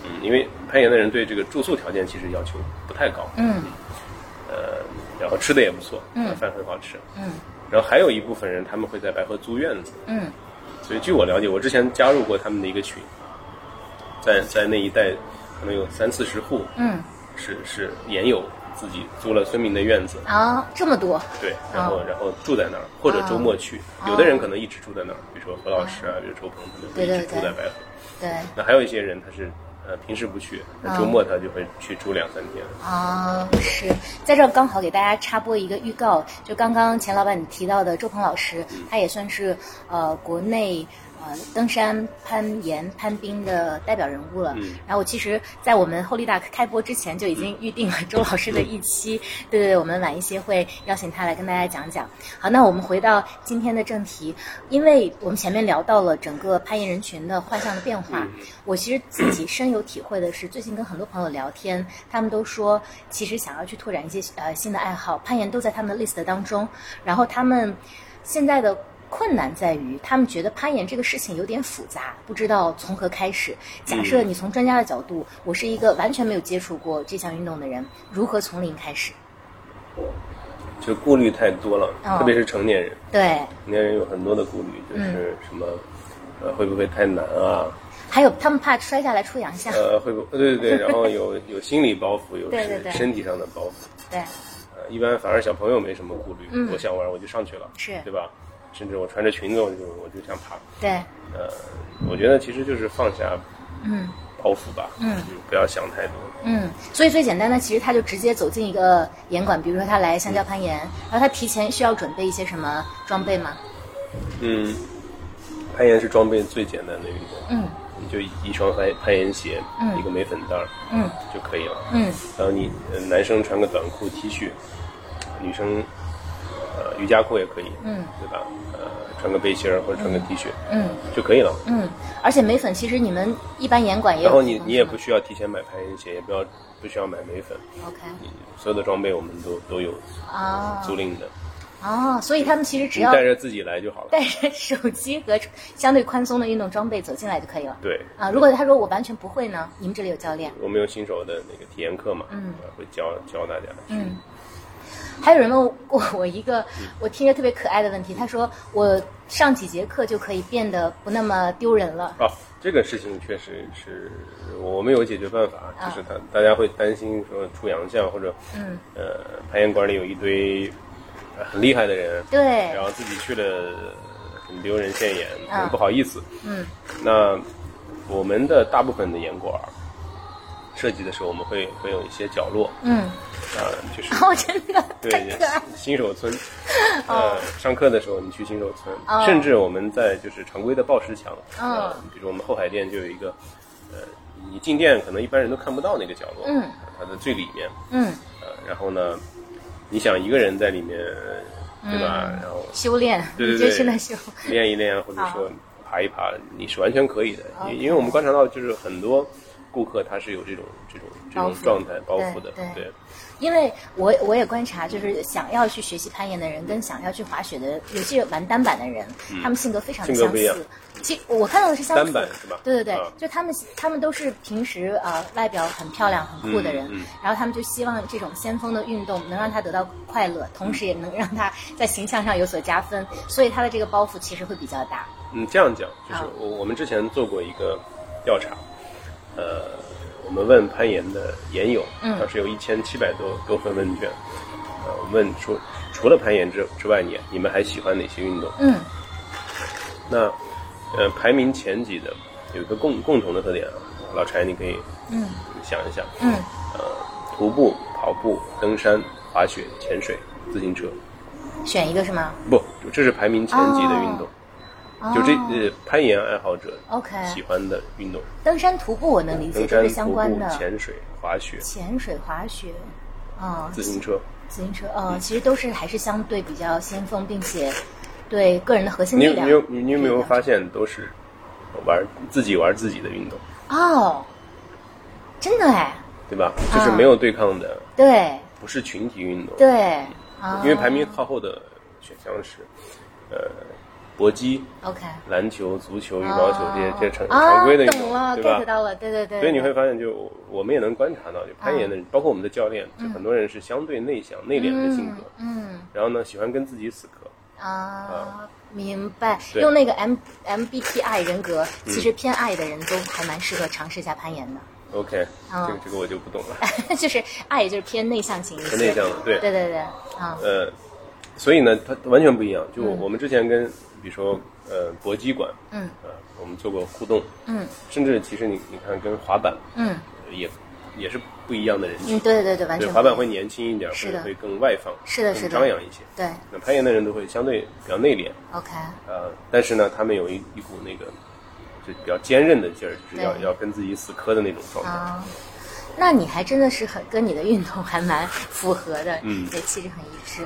B: 嗯，因为攀岩的人对这个住宿条件其实要求不太高，
A: 嗯
B: 呃，然后吃的也不错，
A: 嗯
B: 饭很好吃，
A: 嗯
B: 然后还有一部分人他们会在白河租院子，
A: 嗯
B: 所以据我了解，我之前加入过他们的一个群，在在那一带可能有三四十户
A: 嗯，
B: 是是岩友自己租了村民的院子，
A: 啊，这么多，
B: 对，然
A: 哦
B: 后、然后住在那儿，或者周末去，有的人可能一直住在那儿，比如说何老师啊，比如周鹏他们就
A: 哦对
B: 一
A: 对
B: 直住在白河，
A: 对
B: 那还有一些人他是。呃，平时不去，
A: 哦
B: 那周末他就会去住两三天。
A: 啊，是在这儿刚好给大家插播一个预告，就刚刚钱老板你提到的周鹏老师，他也算是呃国内。呃，登山、攀岩、攀冰的代表人物了。
B: 嗯
A: 然后我其实，在我们 Holy Duck 开播之前就已经预定了周老师的一期。对对对，我们晚一些会邀请他来跟大家讲讲。好，那我们回到今天的正题，因为我们前面聊到了整个攀岩人群的画像的变化，我其实自己深有体会的是，最近跟很多朋友聊天，他们都说，其实想要去拓展一些呃新的爱好，攀岩都在他们的 list 当中。然后他们现在的困难在于，他们觉得攀岩这个事情有点复杂，不知道从何开始。假设你从专家的角度，我是一个完全没有接触过这项运动的人，如何从零开始？
B: 就顾虑太多了，
A: 哦嗯
B: 特别是成年人，
A: 对，
B: 成年人有很多的顾虑，就是什么，呃，会不会太难啊？
A: 还有他们怕摔下来出洋相。
B: 呃，会不，对对
A: *laughs*
B: 对，然后有有心理包袱，有
A: 对对
B: 身
A: 对
B: 身体上的包袱。
A: 对，
B: 呃，一般反而小朋友没什么顾虑，
A: 嗯
B: 我想玩我就上去了，
A: 是
B: 对吧？甚至我穿着裙子我就我就想爬。
A: 对，
B: 呃，我觉得其实就是放下
A: 嗯。
B: 包袱吧，
A: 嗯，
B: 不要想太多。
A: 嗯，所以最简单的，其实他就直接走进一个岩馆，比如说他来香蕉攀岩，然后他提前需要准备一些什么装备吗？
B: 嗯，攀岩是装备最简单的运动，
A: 嗯
B: 你就一双攀攀岩鞋，
A: 嗯
B: 一个眉粉袋儿
A: 嗯
B: 就可以了。
A: 嗯
B: 然后你呃男生穿个短裤 T 恤，女生呃瑜伽裤也可以，
A: 嗯，
B: 对吧？呃，穿个背心儿或者穿个 T 恤、
A: 嗯
B: 就可以了。
A: 嗯，而且眉粉其实你们一般岩馆也有
B: 然
A: 提供是
B: 后
A: 吗，
B: 你你也不需要提前买攀岩鞋，也不要不需要买眉粉，
A: OK
B: 你所有的装备我们都都有
A: 啊
B: 租赁的，
A: 啊，所以他们其实只
B: 你
A: 要
B: 带着自己来就好了。
A: *laughs* 带着手机和相对宽松的运动装备走进来就可以了。
B: 对，
A: 啊，如果他说我完全不会呢，你们这里有教练？
B: 我们有新手的那个体验课嘛，
A: 嗯
B: 呃，会教教大家。
A: 嗯，还有人问过我 *laughs* 一个
B: 嗯
A: 我听着特别可爱的问题，他说我上几节课就可以变得不那么丢人了。
B: 啊，这个事情确实是我们有解决办法，
A: 啊
B: 就是他大家会担心说出洋相或者，
A: 嗯，
B: 呃，攀岩馆里有一堆呃很厉害的人，
A: 对
B: 然后自己去了呃很丢人现眼，
A: 啊
B: 很不好意思。
A: 嗯
B: 那我们的大部分的岩馆设计的时候，我们会会有一些角落
A: 嗯， *laughs*
B: 啊、就是
A: 哦，真的太
B: 对
A: 可爱了。
B: 新手村，呃，上课的时候你去新手村，
A: 哦
B: 甚至我们在就是常规的报石墙，
A: 嗯
B: 呃，比如我们后海店就有一个，呃，你进店可能一般人都看不到那个角落，
A: 嗯，
B: 它的最里面，
A: 嗯，
B: 呃，然后呢，你想一个人在里面，对吧？然后
A: 修炼，
B: 对
A: 嗯
B: 对
A: 你就
B: 对，
A: 是在修。
B: 练一练，或者说爬一爬，你是完全可以的，
A: OK
B: 因因为我们观察到就是很多顾客他是有这种这种这
A: 包
B: 种
A: 袱
B: 状态包袱的，
A: 对对
B: 对
A: 因为我我也观察，就是想要去学习攀岩的人，跟想要去滑雪的，尤其是玩单板的人，他们性格非常的
B: 嗯性格
A: 相
B: 不一样
A: 似。其我看到的是相似
B: 单板是吧
A: 对对对，
B: 啊
A: 就他们他们都是平时呃外表很漂亮、很酷的人，
B: 嗯嗯
A: 然后他们就希望这种先锋的运动能让他得到快乐，同时也能让他在形象上有所加分，所以他的这个包袱其实会比较大。
B: 嗯，这样讲就是
A: 啊
B: 我我们之前做过一个调查，呃，我们问攀岩的岩友，
A: 嗯
B: 当时有一千七百多多份问卷，呃，我们问说除了攀岩之之外，你你们还喜欢哪些运动？
A: 嗯
B: 那呃，排名前几的有一个共共同的特点啊，老柴你可以
A: 嗯
B: 想一想，
A: 嗯
B: 呃，徒步、跑步、登山、滑雪、潜水、自行车，
A: 选一个是吗？
B: 不，这是排名前几的运动，就这
A: 哦、
B: 呃攀岩爱好者
A: OK
B: 喜欢的运动。
A: 登山徒步我能理解，
B: 登
A: 这是
B: 山、徒
A: 相
B: 步
A: 关的。
B: 潜水、滑雪、
A: 潜水、滑雪，啊、
B: 自行车，
A: 自行车，呃，其实都是还是相对比较先锋，并且对个人的核心
B: 你
A: 力
B: 有
A: 量
B: 你有你有没有
A: 比较
B: 发现都是玩自己玩自己的运动，
A: 哦，真的哎，
B: 对吧？就是没有对抗的，
A: 对
B: 不是群体运动。
A: 对，啊、
B: 因为排名靠后的选项是，呃，搏击、
A: OK，
B: 篮球、足球、羽毛球这些
A: 哦
B: 这些常
A: 啊
B: 常规的运
A: 懂了
B: 动，对
A: ，get
B: 吧？
A: 到了，对对对，
B: 所以你会
A: 对
B: 发现，就我们也能观察到，就攀岩
A: 啊
B: 的人，包括我们的教练，就很多人是相对内向、内敛的性格，
A: 嗯
B: 然后呢，喜欢跟自己死磕。
A: 嗯啊。明白，
B: 对嗯
A: 用那个 M MBTI 人格，其实偏爱的人都还蛮适合尝试一下攀岩的。
B: OK，
A: 哦
B: 这个这个我就不懂了，
A: *laughs* 就是爱就是偏内向型一些，
B: 很内向的，对
A: 对对对，啊，
B: 呃，所以呢，它完全不一样。就我们之前跟，比如说，呃，搏击馆，
A: 嗯
B: 呃，我们做过互动，
A: 嗯
B: 甚至其实你你看跟滑板
A: 嗯
B: 也也是不一样的人群
A: 嗯，，对对对对，完
B: 对，
A: 全
B: 滑
A: 不一
B: 板
A: 样
B: 会年轻一点，
A: 是
B: 会
A: 的
B: 会更外放，
A: 是的是的
B: 更张扬一些。
A: 对
B: 那攀岩的人都会相对比较内敛，
A: OK，
B: 呃，但是呢，他们有一一股那个就比较坚韧的劲儿，就是要
A: 对
B: 要跟自己死磕的那种状态。
A: 啊，那你还真的是很跟你的运动还蛮符合的，嗯，也气质很一致。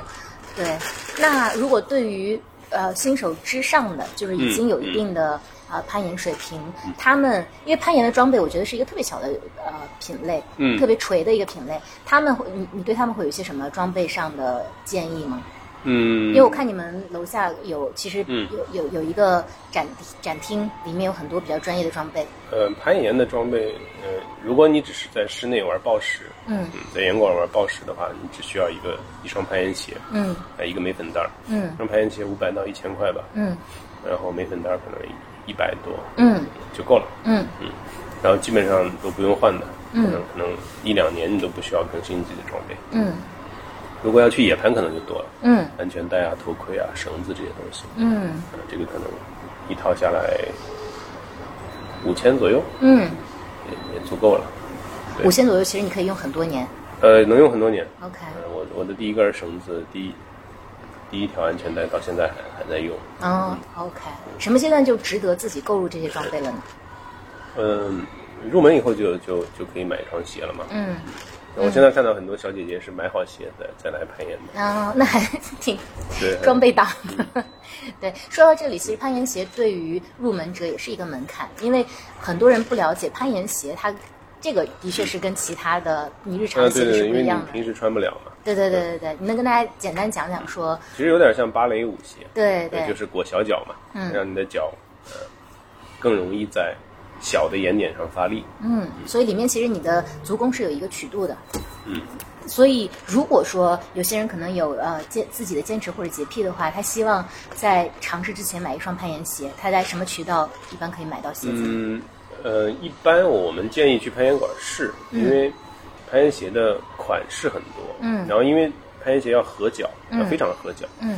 A: 对，那如果对于呃新手之上的，就是已经有一定
B: 嗯
A: 的啊、呃攀岩水平，他们因为攀岩的装备，我觉得是一个特别小的呃品类，
B: 嗯
A: 特别垂的一个品类，他们会你你对他们会有一些什么装备上的建议吗？
B: 嗯
A: 因为我看你们楼下有，其实
B: 嗯
A: 有有有一个展展厅，里面有很多比较专业的装备。
B: 呃，攀岩的装备，呃，如果你只是在室内玩暴石，
A: 嗯
B: 嗯，在岩馆玩暴石的话，你只需要一个一双攀岩鞋，
A: 嗯
B: 呃，一个眉粉袋儿，
A: 嗯
B: 一双攀岩鞋五百到一千块吧，
A: 嗯
B: 然后眉粉袋儿可能一百多
A: 嗯
B: 就够了，
A: 嗯
B: 然后基本上都不用换的，可
A: 嗯
B: 能可能一两年你都不需要更新自己的装备。
A: 嗯
B: 如果要去野攀，可能就多了，
A: 嗯
B: 安全带啊、头盔啊、绳子这些东西，
A: 嗯
B: 呃这个可能一套下来五千左右
A: 嗯，
B: 也也足够了，对
A: 五千左右，其实你可以用很多年。
B: 呃，能用很多年。
A: OK
B: 呃，我我的第一根绳子，第一第一条安全带到现在还还在用。
A: 哦，OK，什么阶段就值得自己购入这些装备了呢？
B: 嗯，入门以后就就就可以买一双鞋了嘛。
A: 嗯，
B: 我现在看到很多小姐姐是买好鞋再再来攀岩的。
A: 啊、 *laughs* 那还挺
B: 对，
A: 装备党。 *laughs* 对，说到这里，其实攀岩鞋对于入门者也是一个门槛，因为很多人不了解攀岩鞋，它这个的确是跟其他的你日
B: 啊，
A: 常
B: 对
A: 鞋
B: 对
A: 是
B: 对，因
A: 不
B: 为
A: 一
B: 你
A: 样的。
B: 平时穿不了嘛，
A: 对对对对对，你能跟大家简单讲讲说，
B: 其实有点像芭蕾舞鞋，
A: 对
B: 对，
A: 对，
B: 就是裹小脚嘛，
A: 嗯
B: 让你的脚呃更容易在小的岩点上发力。
A: 嗯，所以里面其实你的足弓是有一个曲度的，
B: 嗯，
A: 所以如果说有些人可能有呃坚自己的坚持或者洁癖的话，他希望在尝试之前买一双攀岩鞋，他在什么渠道一般可以买到鞋子？
B: 嗯，呃，一般我们建议去攀岩馆试，因为攀岩鞋的款式很多，
A: 嗯
B: 然后因为攀岩鞋要合脚，
A: 嗯
B: 要非常合脚，
A: 嗯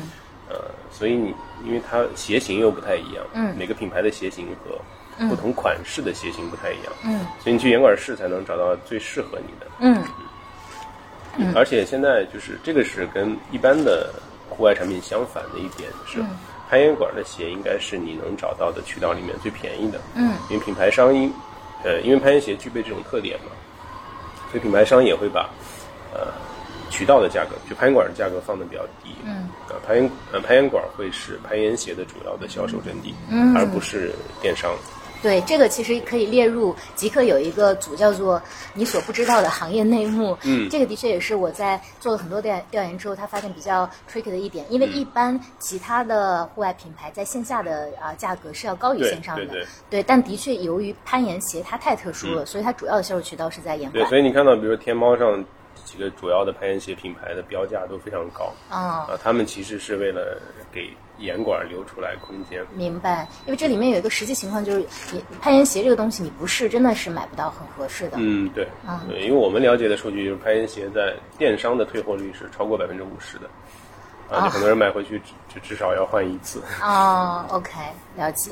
B: 呃，所以你因为它鞋型又不太一样，
A: 嗯
B: 每个品牌的鞋型和不同款式的鞋型不太一样，
A: 嗯
B: 所以你去岩馆试才能找到最适合你的。
A: 嗯
B: 而且现在就是这个是跟一般的户外产品相反的一点
A: 嗯
B: 是，攀岩馆的鞋应该是你能找到的渠道里面最便宜的。
A: 嗯，
B: 因为品牌商因，呃，因为攀岩鞋具备这种特点嘛，所以品牌商也会把呃渠道的价格，就攀岩馆的价格放的比较低。
A: 嗯，
B: 呃，攀岩呃攀岩馆会是攀岩鞋的主要的销售阵地，
A: 嗯
B: 而不是电商。
A: 对，这个其实可以列入极客有一个组叫做“你所不知道的行业内幕”。
B: 嗯
A: 这个的确也是我在做了很多调调研之后，他发现比较 tricky 的一点，
B: 嗯
A: 因为一般其他的户外品牌在线下的啊、呃价格是要高于
B: 对
A: 线上的，
B: 对对
A: 对但的确由于攀岩鞋它太特殊了，所以它主要的销售渠道是在岩
B: 对，
A: 馆。
B: 所以你看到，比如天猫上几个主要的攀岩鞋品牌的标价都非常高。
A: 啊、
B: 啊，他们其实是为了给岩管留出来空间。
A: 明白，因为这里面有一个实际情况，就是你攀岩鞋这个东西，你不试真的是买不到很合适的。
B: 嗯，对，
A: 啊
B: 对，因为我们了解的数据就是攀岩鞋在电商的退货率是超过百分之五十的，
A: 啊
B: 啊，就很多人买回去只就至少要换一次。
A: 哦，OK，了解。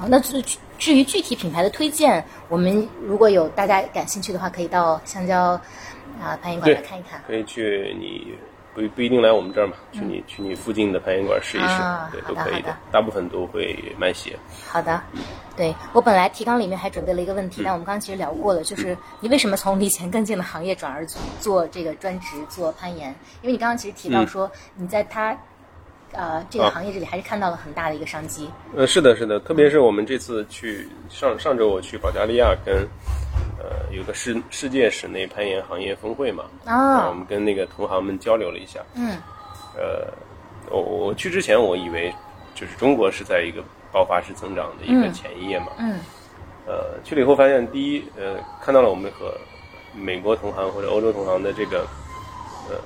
A: 哦，那至至于具体品牌的推荐，我们如果有大家感兴趣的话，可以到香蕉啊、攀岩馆
B: 对
A: 来看一看。
B: 可以去你不不一定来我们这儿嘛，去你去你附近的攀岩馆试一试，
A: 嗯啊
B: 对，
A: 好
B: 都
A: 的
B: 可以
A: 好的
B: 大部分都会卖鞋。
A: 好的，对我本来提纲里面还准备了一个问题，但我们刚刚其实聊过了，就是你为什么从离钱更近的行业转而做这个专职做攀岩？因为你刚刚其实提到说你在它呃这个
B: 嗯啊
A: 行业这里还是看到了很大的一个商机。
B: 呃，是的，是的，特别是我们这次去上上周我去保加利亚跟呃有个世世界室内攀岩行业峰会嘛，
A: 啊
B: 呃我们跟那个同行们交流了一下，
A: 嗯
B: 呃，我我去之前我以为就是中国是在一个爆发式增长的一个
A: 嗯
B: 前夜嘛，
A: 嗯
B: 呃，去了以后发现，第一，呃，看到了我们和美国同行或者欧洲同行的这个，呃，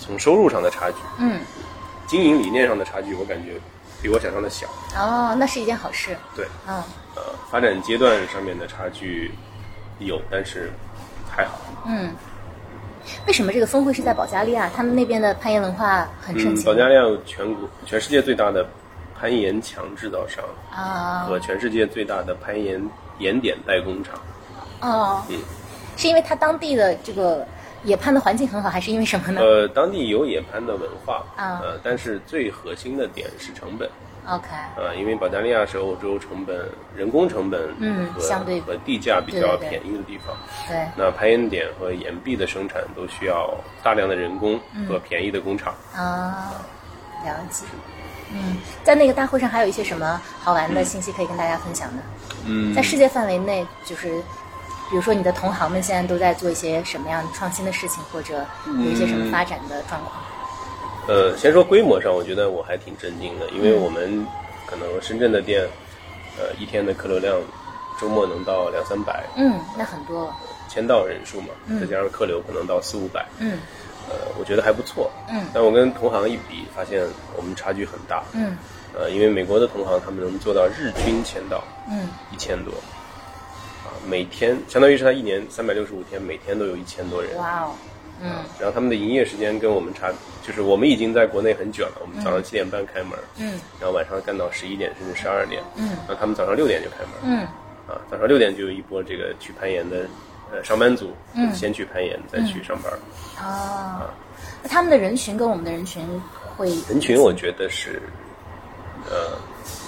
B: 从收入上的差距，
A: 嗯，
B: 经营理念上的差距，我感觉比我想象的小。
A: 哦，那是一件好事。
B: 对，
A: 嗯
B: 呃，发展阶段上面的差距有，但是还好。
A: 嗯，为什么这个峰会是在保加利亚？他们那边的攀岩文化很盛
B: 嗯，
A: 行
B: 保
A: 吗。
B: 加利亚有全国全世界最大的攀岩墙制造商
A: 啊
B: 和全世界最大的攀岩岩点代工厂。
A: 哦
B: 嗯，
A: 是因为它当地的这个野攀的环境很好，还是因为什么呢
B: 呃，当地有野攀的文化，
A: 啊
B: 呃，但是最核心的点是成本。
A: ？OK，
B: 啊，因为保加利亚是欧洲成本、人工成本
A: 嗯
B: 和
A: 相对
B: 和地价比
A: 对
B: 较
A: 对对
B: 便宜的地方。
A: 对。
B: 那攀岩点和岩壁的生产都需要大量的人工
A: 嗯
B: 和便宜的工厂。
A: 啊，了解。嗯，在那个大会上还有一些什么好玩的信息可以跟大家分享呢？
B: 嗯
A: 在世界范围内，就是比如说你的同行们现在都在做一些什么样创新的事情，或者有一些什
B: 嗯
A: 么发展的状况？
B: 呃，先说规模上，我觉得我还挺震惊的，
A: 嗯
B: 因为我们可能深圳的店，呃，一天的客流量，周末能到两三百
A: 嗯，那很多了。
B: 签到人数嘛，再加上客流可能到四五百，
A: 嗯
B: 呃，我觉得还不错。
A: 嗯
B: 但我跟同行一比，发现我们差距很大。
A: 嗯
B: 呃，因为美国的同行他们能做到日均签到
A: 嗯
B: 一千多，啊，每天相当于是他一年三百六十五天，每天都有一千多人。
A: 哇哦，嗯
B: 然后他们的营业时间跟我们差，就是我们已经在国内很卷了，我们早上七点半开门，
A: 嗯
B: 然后晚上干到十一点甚至十二点，
A: 嗯
B: 然后他们早上六点就开门，
A: 嗯
B: 啊，早上六点就有一波这个去攀岩的，呃，上班族，
A: 嗯
B: 先去攀岩再去上班。
A: 哦，那他们的人群跟我们的人群会
B: 人群我觉得是，呃，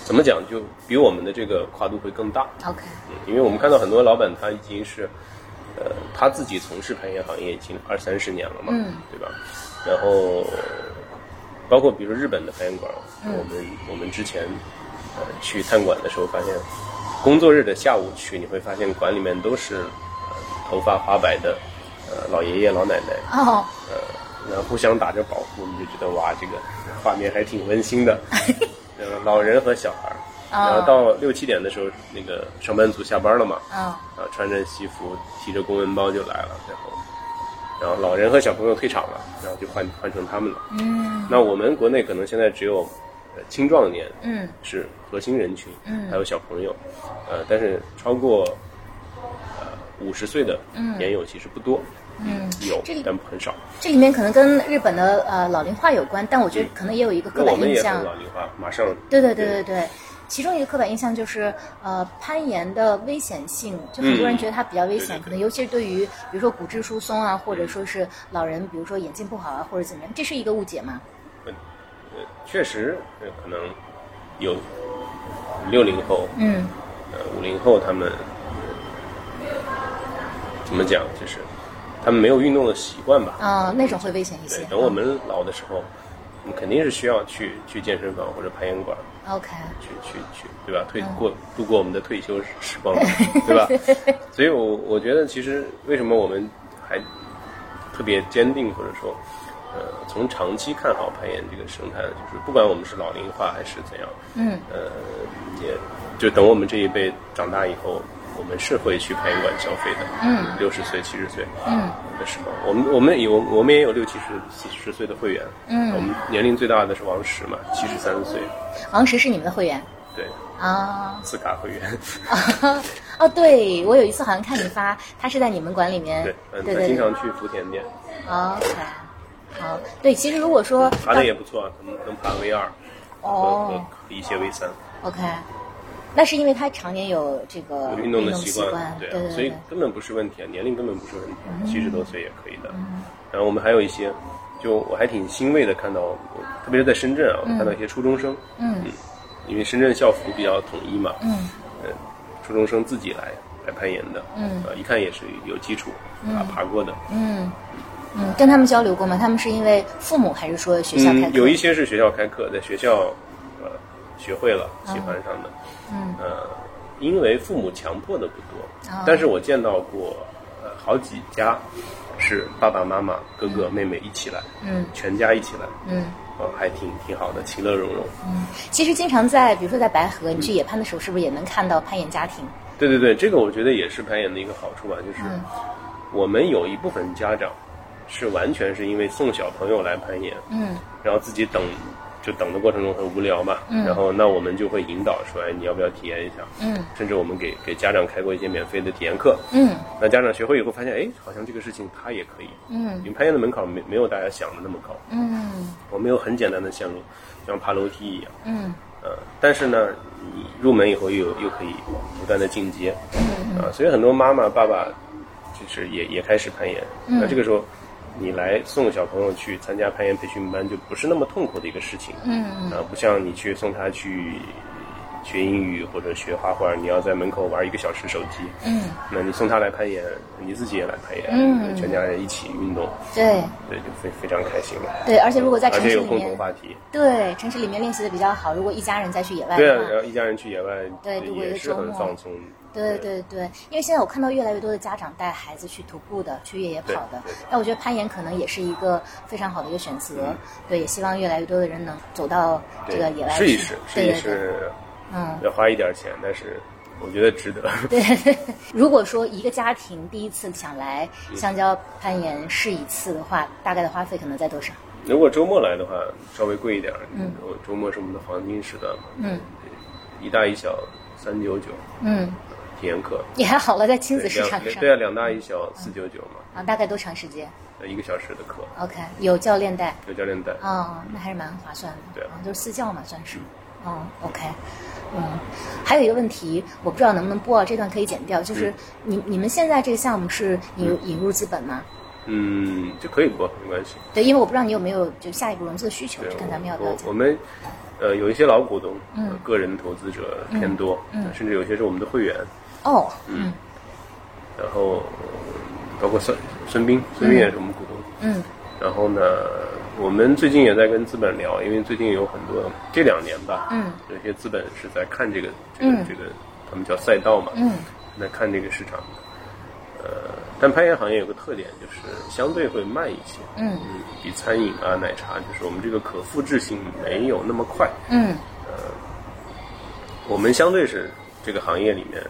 B: 怎么讲就比我们的这个跨度会更大，
A: OK
B: 嗯，因为我们看到很多老板他已经是，呃，他自己从事攀岩行业已经二三十年了嘛，
A: 嗯
B: 对吧？然后包括比如说日本的攀岩馆，我们我们之前呃去探馆的时候发现，工作日的下午去，你会发现馆里面都是、呃、头发花白的呃老爷爷老奶奶，
A: 哦，
B: 呃，然后互相打着保护，你就觉得哇，这个画面还挺温馨的，
A: *laughs*
B: 呃，老人和小孩儿。
A: 啊
B: 然后到六七点的时候，那个上班族下班了嘛，
A: 嗯
B: 啊，穿着西服，提着公文包就来了，然后，然后老人和小朋友退场了，然后就换换成他们了。
A: 嗯
B: 那我们国内可能现在只有呃青壮年
A: 嗯
B: 是核心人群，
A: 嗯
B: 还有小朋友，呃，但是超过呃五十岁的
A: 嗯
B: 年友其实不多，
A: 嗯，
B: 有
A: 这里
B: 但很少。
A: 这里面可能跟日本的呃老龄化有关，但我觉得可能也有一个刻
B: 那我
A: 板
B: 们
A: 印
B: 也
A: 象
B: 很。老龄化，马上
A: 对对对对对，其中一个刻板印象就是呃攀岩的危险性，就很多人
B: 嗯
A: 觉得它比较危险，
B: 对对对
A: 可能尤其是对于比如说骨质疏松啊，或者说是老人，比如说眼睛不好啊，或者怎么样，这是一个误解嘛？
B: 呃确实呃可能有六零后、
A: 嗯
B: 呃五零后他们呃怎么讲，就是他们没有运动的习惯吧。
A: 啊、那种会危险一
B: 对
A: 些。，
B: 等我们老的时候，我们肯定是需要去去健身房或者攀岩馆，
A: 哦 OK，
B: 去去去，对吧？退过度过我们的退休时光，对吧？ *laughs* 所以我，我觉得其实为什么我们还特别坚定，或者说，呃，从长期看好攀岩这个生态，就是不管我们是老龄化还是怎样，
A: 嗯
B: 呃，也就等我们这一辈长大以后，我们是会去攀岩馆消费的。
A: 嗯，
B: 六十岁、七十岁，
A: 嗯
B: 的时候，我们我们有我们也有六七十、四十岁的会员。
A: 嗯
B: 我们年龄最大的是王石嘛，七十三岁，
A: 王石是你们的会员
B: 对，
A: 啊。
B: 次卡会员。
A: *laughs* 哦，对，我有一次好像看你发，他是在你们馆里面，
B: 对，
A: *laughs*
B: 嗯，
A: 对
B: 他
A: 对
B: 经
A: 对
B: 常去福田店，
A: ，OK，好，对，其实如果说
B: 爬的也不错，啊能能爬 V 二和
A: 哦
B: 和一些 V 三，
A: OK，那是因为他常年有这个
B: 有
A: 运
B: 运动的
A: 习
B: 惯，
A: 对
B: 啊，
A: 对嗯
B: 所以
A: 对，嗯
B: 根本不是问题啊，年龄根本不是问题，七十多岁也可以的。然后我们还有一些就我还挺欣慰的，看到特别是在深圳啊，我看到一些初中生，
A: 嗯
B: 因为深圳校服比较统一嘛，
A: 嗯
B: 嗯，初中生自己来来攀岩的，
A: 嗯
B: 呃，一看也是有基础啊，爬过的，
A: 嗯嗯，跟他们交流过吗？他们是因为父母还是说学校开
B: 嗯，
A: 课？
B: 有一些是学校开课，在学校呃学会了，喜欢上的，
A: 嗯
B: 呃，因为父母强迫的不多，
A: 哦
B: 但是我见到过呃好几家是爸爸妈妈、哥哥、妹妹一起来，
A: 嗯
B: 全家一起来，
A: 嗯。
B: 呃，还挺挺好的，其乐融融。
A: 其实经常在，比如说在白河，你去野攀的时候，是不是也能看到攀岩家庭？
B: 对对对，这个我觉得也是攀岩的一个好处吧，就是
A: 嗯
B: 我们有一部分家长是完全是因为送小朋友来攀岩，
A: 嗯
B: 然后自己等，就等的过程中很无聊嘛，然后那我们就会引导说，哎，你要不要体验一下？
A: 嗯
B: 甚至我们给给家长开过一些免费的体验课，
A: 嗯
B: 那家长学会以后发现，哎，好像这个事情他也可以。
A: 嗯
B: 因为攀岩的门槛没没有大家想的那么高，
A: 嗯
B: 我们有很简单的线路，就像爬楼梯一样，
A: 嗯
B: 呃，但是呢，你入门以后又有又可以不断的进阶，
A: 嗯
B: 啊、所以很多妈妈爸爸就是也也开始攀岩。
A: 嗯
B: 那这个时候，你来送小朋友去参加攀岩培训班，就不是那么痛苦的一个事情，
A: 嗯
B: 啊、不像你去送他去学英语或者学画画，你要在门口玩一个小时手机，
A: 嗯，
B: 那你送他来攀岩，你自己也来攀岩，
A: 嗯
B: 全家人一起运动，
A: 对
B: 对，就非非常开心了。
A: 对，而且如果在
B: 而
A: 城
B: 且
A: 市
B: 有
A: 里
B: 啊共同
A: 面，
B: 话题，
A: 对城市里面练习的比较好，如果一家人再去野外
B: 对
A: 的
B: 啊
A: 话，，
B: 然后一家人去野外，
A: 对度过一
B: 也
A: 个
B: 是
A: 周
B: 很
A: 末
B: 放松。
A: 对对对，因为现在我看到越来越多的家长带孩子去徒步的，去越野跑的
B: 对对，
A: 那我觉得攀岩可能也是一个非常好的一个选择。
B: 嗯
A: 对，也希望越来越多的人能走到这个野外去
B: 试一试，试
A: 对
B: 一
A: 对对，
B: 试，
A: 嗯，
B: 要花一点钱，但是我觉得值得。
A: 对。如果说一个家庭第一次想来
B: 嗯
A: 香蕉攀岩试一次的话，大概的花费可能在多少？
B: 如果周末来的话，稍微贵一点。嗯，我周末是我们的黄金时段嘛。
A: 嗯，
B: 一大一小三九九
A: 嗯，
B: 体验课，
A: 也还好了，在亲嗯
B: 对
A: 子市场
B: 两
A: 上嗯
B: 对啊，两大一小四九九嘛，
A: 啊，大概多长时间
B: 呃一个小时的课，
A: ？OK，有教练带。
B: 有教练带。
A: 哦，那还是蛮划算的。
B: 对
A: 嗯就是私教嘛，算是。哦，OK，嗯，还有一个问题，我不知道能不能播啊，这段可以剪掉。
B: 嗯
A: 就是你、你们现在这个项目是引入、引入资本吗？
B: 嗯，就可以不没关系。
A: 对，因为我不知道你有没有就下一步融资的需求，
B: 对
A: 就看咱们要，不要
B: 我
A: 加
B: 我们呃有一些老股东，呃
A: 嗯
B: 个人投资者偏多，呃甚至有些是我们的会员。
A: 哦，嗯
B: 然后包括孙孙斌，孙斌也是我们股东。
A: 嗯
B: 然后呢，我们最近也在跟资本聊，因为最近有很多这两年吧，
A: 嗯，
B: 有些资本是在看这个这个、这个，他们叫赛道嘛，
A: 嗯，
B: 在看这个市场。呃，但攀岩行业有个特点，就是相对会慢一些，
A: 嗯
B: 嗯，比餐饮啊、奶茶，就是我们这个可复制性没有那么快，
A: 嗯
B: 我们相对是这个行业里面，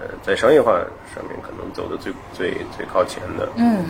B: 呃，在商业化上面可能走的最最最靠前的，
A: 嗯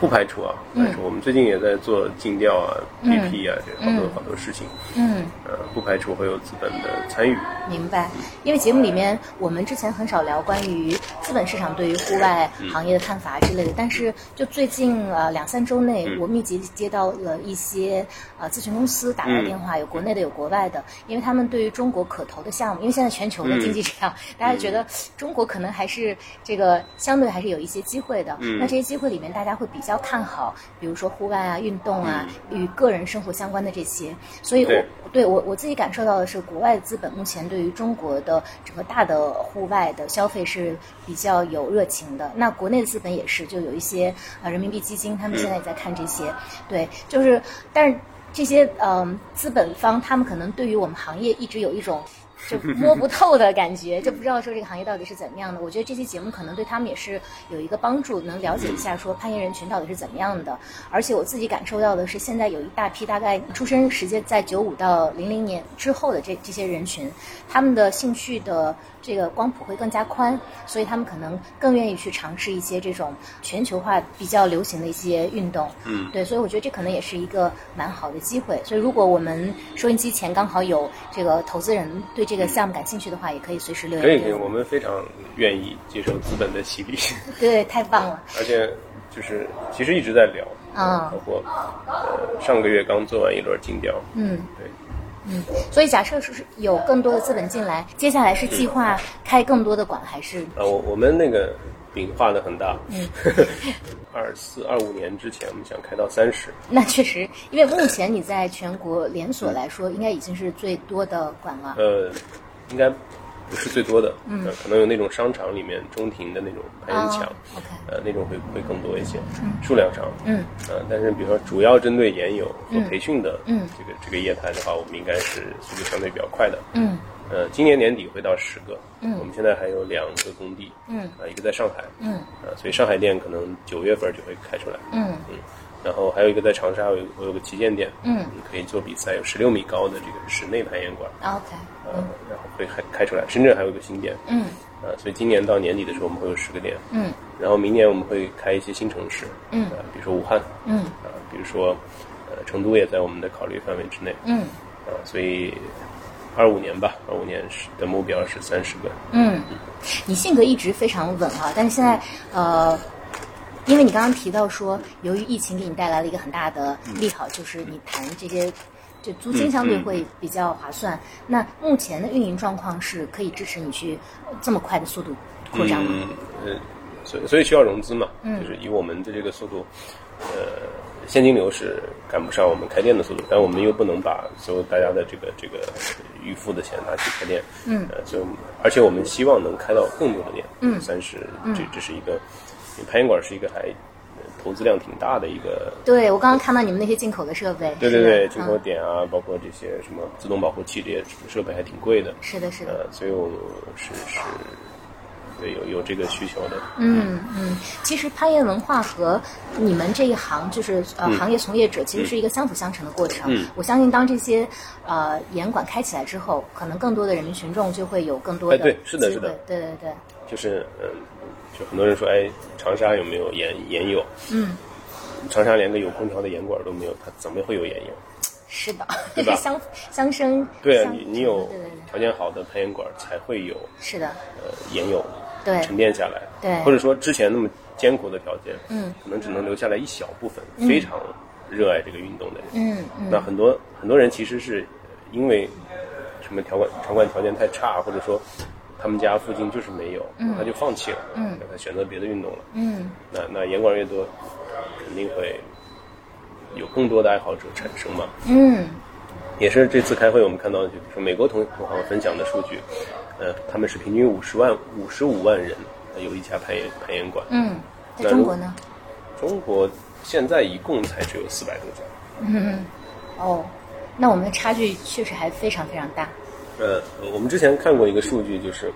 B: 不排除啊，
A: 嗯
B: 但是我们最近也在做尽调啊、BP 啊，这好多好多事情，
A: 嗯，
B: 呃，不排除会有资本的参与。
A: 明白。因为节目里面我们之前很少聊关于资本市场对于户外行业的看法之类的，但是就最近呃两三周内，我密集接到了一些呃咨询公司打来电话，有国内的，有国外的，因为他们对于中国可投的项目，因为现在全球的经济这样，大家觉得中国可能还是这个相对还是有一些机会的。那这些机会里面，大家会比较看好，比如说户外啊、运动啊、与个人生活相关的这些，所以我
B: 对
A: 对我我自己感受到的是，国外资本目前对于中国的整个大的户外的消费是比较有热情的。那国内的资本也是，就有一些呃人民币基金，他们现在也在看这些。对，就是但是这些嗯、资本方他们可能对于我们行业一直有一种。就摸不透的感觉， *laughs* 就不知道说这个行业到底是怎么样的。我觉得这期节目可能对他们也是有一个帮助，能了解一下说攀岩人群到底是怎么样的。而且我自己感受到的是，现在有一大批大概出生时间在九五到零零年之后的这这些人群，他们的兴趣的这个光谱会更加宽，所以他们可能更愿意去尝试一些这种全球化比较流行的一些运动。
B: 嗯
A: 对，所以我觉得这可能也是一个蛮好的机会。所以如果我们收音机前刚好有这个投资人对这个项目感兴趣的话，也可以随时留言
B: 可以，可
A: 给
B: 以，
A: 我。
B: 我们非常愿意接受资本的
A: *laughs*
B: 洗礼，
A: 对，太棒了。
B: 而且就是其实一直在聊，
A: 啊
B: 包括呃上个月刚做完一轮尽调，
A: 嗯
B: 对，
A: 嗯，所以假设是有更多的资本进来，接下来是计
B: 嗯
A: 划开更多的馆，还是
B: 啊，我我们那个饼画的很大，
A: 嗯，
B: 二四二五年之前我们想开到三十，
A: 那确实，因为目前你在全国连
B: 嗯
A: 锁来说，应该已经是最多的馆了。
B: 呃，应该不是最多的，嗯、可能有那种商场里面中庭的那种攀岩墙，
A: 哦，OK
B: 呃，那种会会更多一些，数量上，
A: 嗯，
B: 呃，但是比如说主要针对研友和培训的，
A: 嗯
B: 这个这个业态的话，我们应该是速度相对比较快的，
A: 嗯
B: 呃，今年年底会到十个，嗯，我们现在还有两个工地，
A: 嗯
B: 啊、一个在上海，
A: 嗯，
B: 呃，所以上海店可能九月份就会开出来，
A: 嗯
B: 嗯，然后还有一个在长沙，我有我有个旗舰店，
A: 嗯，
B: 可以做比赛，有十六米高的这个室内攀岩馆，
A: ，OK，
B: 呃，然后会开开出来。深圳还有一个新店，
A: 嗯
B: 呃，所以今年到年底的时候，我们会有十个店，
A: 嗯
B: 然后明年我们会开一些新城市，
A: 嗯
B: 呃，比如说武汉，
A: 嗯
B: 呃，比如说呃成都也在我们的考虑范围之内，
A: 嗯
B: 呃，所以二五年吧，二五年是的目标是三十个，
A: 嗯，你性格一直非常稳啊，但是现在呃。因为你刚刚提到说，由于疫情给你带来了一个很大的
B: 嗯
A: 利好，就是你谈这些，就租金相对会比较划算。那目前的运营状况是可以支持你去呃这么快的速度扩张吗？
B: 嗯，呃，所以所以需要融资嘛，
A: 嗯
B: 就是以我们的这个速度，呃，现金流是赶不上我们开店的速度，但我们又不能把所有大家的这个这个预付的钱拿去开店，
A: 嗯
B: 呃，所以我们而且我们希望能开到更多的店，
A: 嗯
B: 三十，这这是一个，因为攀岩馆是一个还呃投资量挺大的一个。
A: 对，我刚刚看到你们那些进口的设备，
B: 对对
A: 是的
B: 对，进口
A: 嗯
B: 点啊，包括这些什么自动保护器这些设备还挺贵的，
A: 是的，是的。
B: 呃，所以我是是，对有有这个需求的，
A: 嗯嗯，其实攀岩文化和你们这一行就是呃、行业从业者，其实是一个相辅相成的过程。
B: 嗯
A: 我相信当这些呃岩馆开起来之后，可能更多的人民群众就会有更多的
B: 哎对是的
A: 机会
B: 是的
A: 对对对，
B: 就是嗯，就很多人说，哎，长沙有没有盐盐友？
A: 嗯，
B: 长沙连个有空调的盐馆都没有，它怎么会有盐友？
A: 是的，这
B: 对吧
A: 是 *laughs* 相相生
B: 对啊，
A: 相
B: 你你有
A: 对对对，
B: 条件好的攀岩馆才会有
A: 是的，
B: 呃盐友
A: 对
B: 沉淀下来，
A: 对
B: 或者说之前那么艰苦的条件，
A: 嗯，
B: 可能只能留下来一小部分非常热爱这个运动的人，
A: 嗯嗯
B: 那很多很多人其实是因为什么条管场馆条件太差，或者说他们家附近就是没有，他就放弃了，嗯，他选择别的运动了，
A: 嗯
B: 那那严管越多，肯定会有更多的爱好者产生嘛。
A: 嗯
B: 也是这次开会我们看到，就比如说美国同同行分享的数据，呃，他们是平均五十万五十五万人呃有一家攀岩攀岩馆，
A: 嗯，在
B: 那
A: 中
B: 如
A: 国呢？
B: 中国现在一共才只有四百多家。
A: 哦，那我们的差距确实还非常非常大。
B: 呃，我们之前看过一个数据，就是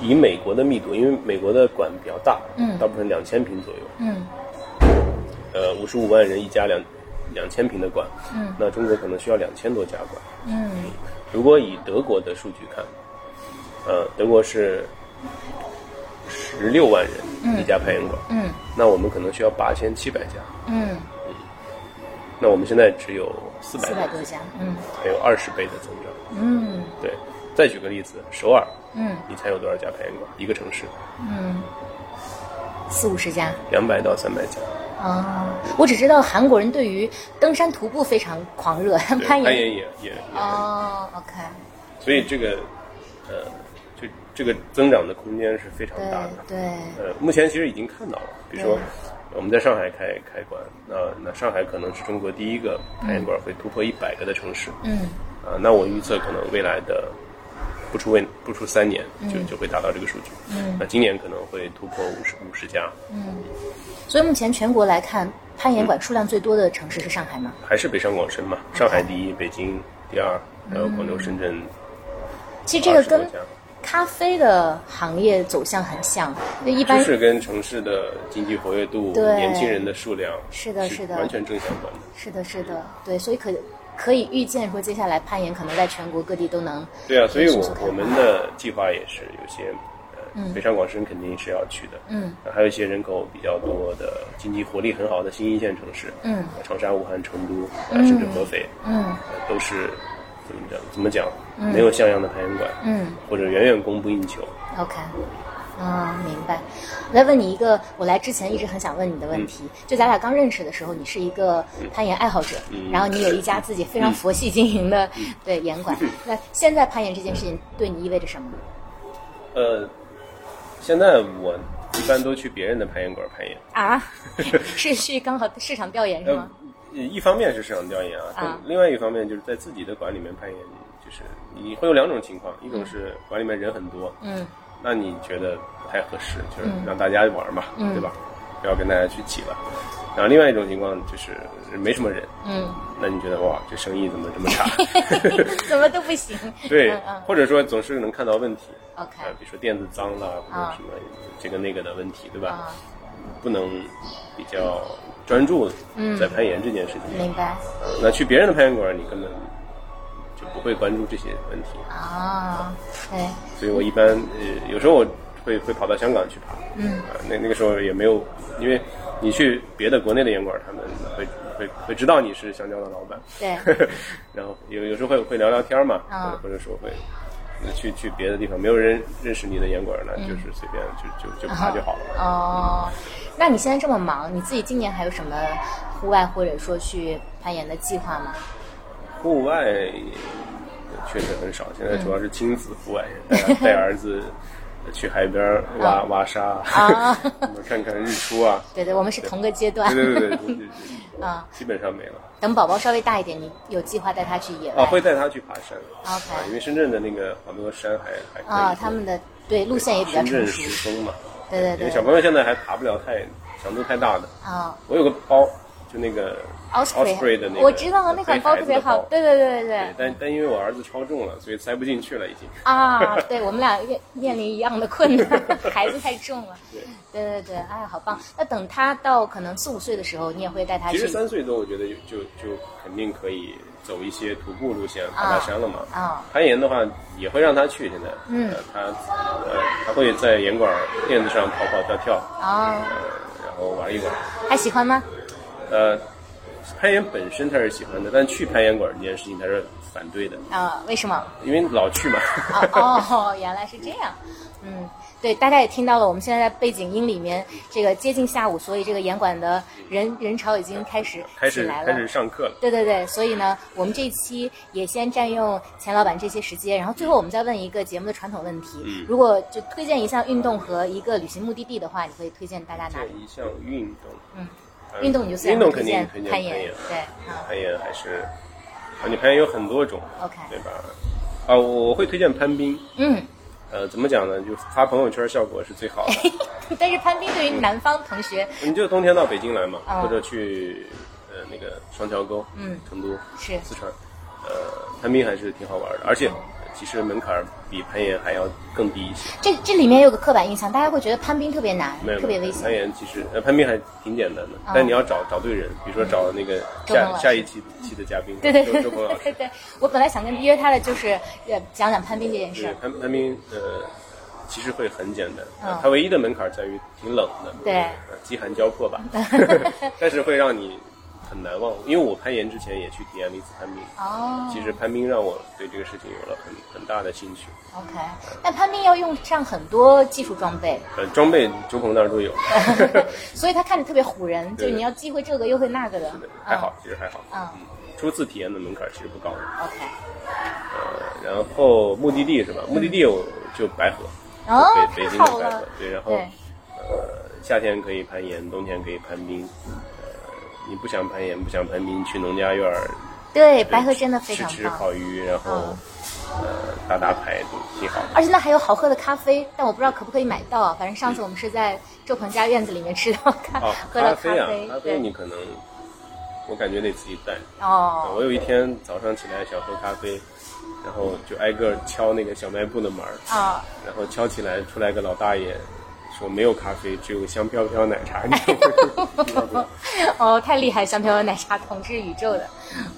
B: 以美国的密度，因为美国的馆比较大，
A: 嗯
B: 大部分两千平左右，
A: 嗯
B: 呃，五十五万人一家两两千平的馆，
A: 嗯
B: 那中国可能需要两千多家馆。
A: 嗯
B: 如果以德国的数据看，呃，德国是十六万人一家攀岩馆，
A: 嗯
B: 那我们可能需要八千七百家，
A: 嗯，
B: 那我们现在只有四百
A: 四百多家，嗯
B: 还有二十倍的增长。
A: 嗯。
B: 对，再举个例子，首尔，
A: 嗯
B: 你猜有多少家攀岩馆？一个城市，
A: 嗯，四五十家。
B: 两百到三百家。
A: 哦，我只知道韩国人对于登山徒步非常狂热，
B: 对
A: *laughs* 攀
B: 攀
A: 岩。
B: 也也也，
A: 哦，OK，
B: 所以这个呃，这这个增长的空间是非常
A: 对
B: 大的。
A: 对，
B: 呃，目前其实已经看到了，比如说我们在上海开开馆，那那上海可能是中国第一个攀岩馆会突破一百个的城市。
A: 嗯
B: 啊、那我预测可能未来的不出未不出三年就、就会达到这个数据。
A: 嗯
B: 那今年可能会突破五十五十家，
A: 嗯。所以目前全国来看，攀
B: 嗯
A: 岩馆数量最多的城市是上海吗？
B: 还是北上广深嘛，上
A: 嗯
B: 海第一，北京第二，还有广州、深圳
A: 其嗯实这
B: 二
A: 个
B: 十多
A: 跟
B: 家。
A: 咖啡的行业走向很像，就一般
B: 就是跟城市的经济活跃度、
A: 对
B: 年轻人的数量
A: 是的是的
B: 完全正相关的。
A: 是的，是的，对，所以可可以预见说，接下来攀岩可能在全国各地都能
B: 对啊，所以
A: 迅
B: 我
A: 速开花
B: 我们的计划也是有些，呃，北上广深肯定是要去的，呃
A: 嗯，
B: 还有一些人口比较多的、经济活力很好的新一线城市，呃
A: 嗯，
B: 长沙、武汉、成都，呃，甚至合肥，
A: 嗯
B: 呃，都是怎么讲？怎么讲？没有像样的攀岩馆，
A: 嗯
B: 或者远远供不应求，
A: OK，嗯，明白。我再问你一个，我来之前一直很想问你的
B: 嗯
A: 问题，就咱俩刚认识的时候，你是一个攀岩爱好者，
B: 嗯
A: 然后你有一家自己非常佛系经营的、对岩
B: 嗯
A: 馆。那现在攀岩这件事情对你意味着什么？
B: 呃，现在我一般都去别人的攀岩馆攀岩。
A: 啊， *laughs* 是去刚好市场调研是
B: 呃
A: 吗？，
B: 一方面是市场调研啊，
A: 啊
B: 另外一方面就是在自己的馆里面攀岩，就是你会有两种情况，一种是馆里面人很多，
A: 嗯
B: 那你觉得不太合适，就是让大家玩嘛，
A: 嗯
B: 对吧？不要跟大家去挤了。然后另外一种情况就是没什么人，
A: 嗯，
B: 那你觉得哇，这生意怎么这
A: *laughs*
B: 么差？ *laughs*
A: 怎么都不行。
B: 对
A: 嗯嗯，
B: 或者说总是能看到问题，
A: OK
B: 呃，比如说垫子脏了，或者
A: 啊
B: 什么这个那个的问题，对吧？
A: 啊，
B: 不能比较专注在攀岩这件事情上。
A: 嗯明白
B: 呃那去别人的攀岩馆，你根本就不会关注这些问题。
A: 啊，对，
B: 所以我一般呃，有时候我会会跑到香港去爬，嗯，啊、那那个时候也没有，因为你去别的国内的岩馆，他们会会会知道你是香蕉的老板，
A: 对，
B: *laughs* 然后有有时候会会聊聊天嘛，
A: 啊
B: 或者说会。呃去去别的地方，没有人认识你的岩馆呢，
A: 嗯
B: 就是随便就就就
A: 啊
B: 爬就好了嘛。
A: 哦，那你现在这么忙，你自己今年还有什么户外或者说去攀岩的计划吗？
B: 户外确实很
A: 嗯
B: 少，现在主要是亲子户外，
A: *laughs*
B: 带带儿子去海边儿
A: 啊
B: 挖挖沙， *laughs* 看看日出啊。
A: 对对，我们是同个阶段
B: 对。对
A: *laughs*
B: 对对对对对，
A: 啊，
B: 基本上没了。
A: 等宝宝稍微大一点，你有计划带他去野外？
B: 啊，会带他去爬山。啊
A: OK，
B: 因为深圳的那个好多山还还可以。
A: 啊，他们的对路线也比较
B: 深
A: 成
B: 圳
A: 熟
B: 石峰嘛。
A: 对对对
B: 因为小朋友现在还爬不了太强度太大的。
A: 啊。
B: 我有个包，就那个 Osprey 的那个，
A: 我知道啊那款包特别好，对对对对
B: 对
A: 对，
B: 但但因为我儿子超重了，所以塞不进去了，已经。
A: 啊，对我们俩面面临一样的困
B: *laughs*
A: 难，孩子太重了。对对对，哎，好棒！那等他到可能四五岁的时候，你也会带他
B: 其
A: 去
B: 实三岁多，我觉得就就就肯定可以走一些徒步路线，爬爬山了嘛。
A: 啊
B: 攀岩的话也会让他去，现在，嗯，他呃他会在岩馆垫子上跑跑跳跳，
A: 哦，
B: 呃，然后玩一玩。
A: 他喜欢吗？
B: 呃，攀岩本身他是喜欢的，但去攀岩馆这件事情他是反对的，
A: 啊，为什么？
B: 因为老去嘛。
A: 哦哦，原来是这样。嗯，对，大家也听到了，我们现在在背景音里面，这个接近下午，所以这个严管的人人潮已经开始
B: *laughs* 开
A: 起
B: 始
A: 来
B: 开
A: 了
B: 始。上课了，
A: 对对对，所以呢，我们这一期也先占用钱老板这些时间，然后最后我们再问一个节目的传统问题。
B: 嗯
A: 如果就推荐一项运动和一个旅行目的地的话，你会推荐大家哪
B: 这
A: 里？
B: 一项运动，嗯，
A: 运动你就自
B: 运
A: 然
B: 动
A: 会
B: 肯
A: 推
B: 定
A: 荐
B: 推荐
A: 攀
B: 岩
A: 岩，，对，啊
B: 攀岩还是啊，你攀岩有很多种
A: OK
B: 对吧？啊，我会推荐攀冰。
A: 嗯， *laughs*
B: 呃，怎么讲呢？就发朋友圈效果是最好的。
A: 但是攀冰对于南方同学
B: 你就冬天到北京来嘛，
A: 啊
B: 或者去呃那个双桥沟，嗯，成都
A: 是嗯
B: 四川，呃，攀冰还是挺好玩的，而且其实门槛儿比攀岩还要更低一些。
A: 这这里面有个刻板印象，大家会觉得攀冰特别难
B: 没有，，
A: 特别危
B: 攀
A: 险。嗯
B: 岩其实呃攀冰还挺简单的，但你要找找对人，比如说找那个
A: 周鹏
B: 下
A: 老师
B: 下一期期的嘉宾，
A: 对对
B: 周
A: 对
B: 周鹏老师
A: 对。对，我本来想跟约他的就是呃讲讲攀冰这件事
B: 对
A: 儿。
B: 攀攀冰，呃，其实会很简单。呃
A: 嗯
B: 它唯一的门槛在于挺冷的，
A: 对
B: 呃，饥寒交
A: *laughs*
B: 迫吧，但是会让你很难忘。因为我攀岩之前也去体验了一次攀冰，
A: 哦
B: 其实攀冰让我对这个事情有了很很大的兴趣。
A: ，OK，那攀冰要用上很多技术装备，
B: 呃，装备周鹏那儿
A: *laughs*
B: 都有，
A: 所以他看着特别唬人，就
B: 对
A: 是你要既会这个又会那个的。啊
B: 还好，其实还好。
A: 嗯
B: 嗯，初次体验的门槛其实不高。
A: 嗯，OK。
B: 然后目的地是吧？目的地我就白河，
A: 哦
B: 北北京
A: 太好
B: 的白河
A: 了。
B: 对，然后
A: 对，
B: 呃，夏天可以攀岩，冬天可以攀冰。呃，你不想攀岩，不想攀冰，去农家院儿
A: 对，白河真的非
B: 吃
A: 常
B: 吃
A: 棒，
B: 烤鱼，然后
A: 嗯
B: 呃打打牌，挺好的。
A: 而且那还有好喝的咖啡，但我不知道可不可以买到啊。反正上次我们是在周鹏家院子里面吃到咖，
B: 哦，
A: 喝到
B: 啡啊，咖啡
A: 对，
B: 你可能，我感觉得自己带。
A: 哦，
B: 我有一天早上起来想喝咖啡，然后就挨个敲那个小卖部的门儿，
A: 啊，
B: 然后敲起来，出来个老大爷，说没有咖啡，只有香飘飘奶茶。你要
A: *laughs*
B: 不要
A: 哦，太厉害！香飘奶茶统治宇宙的，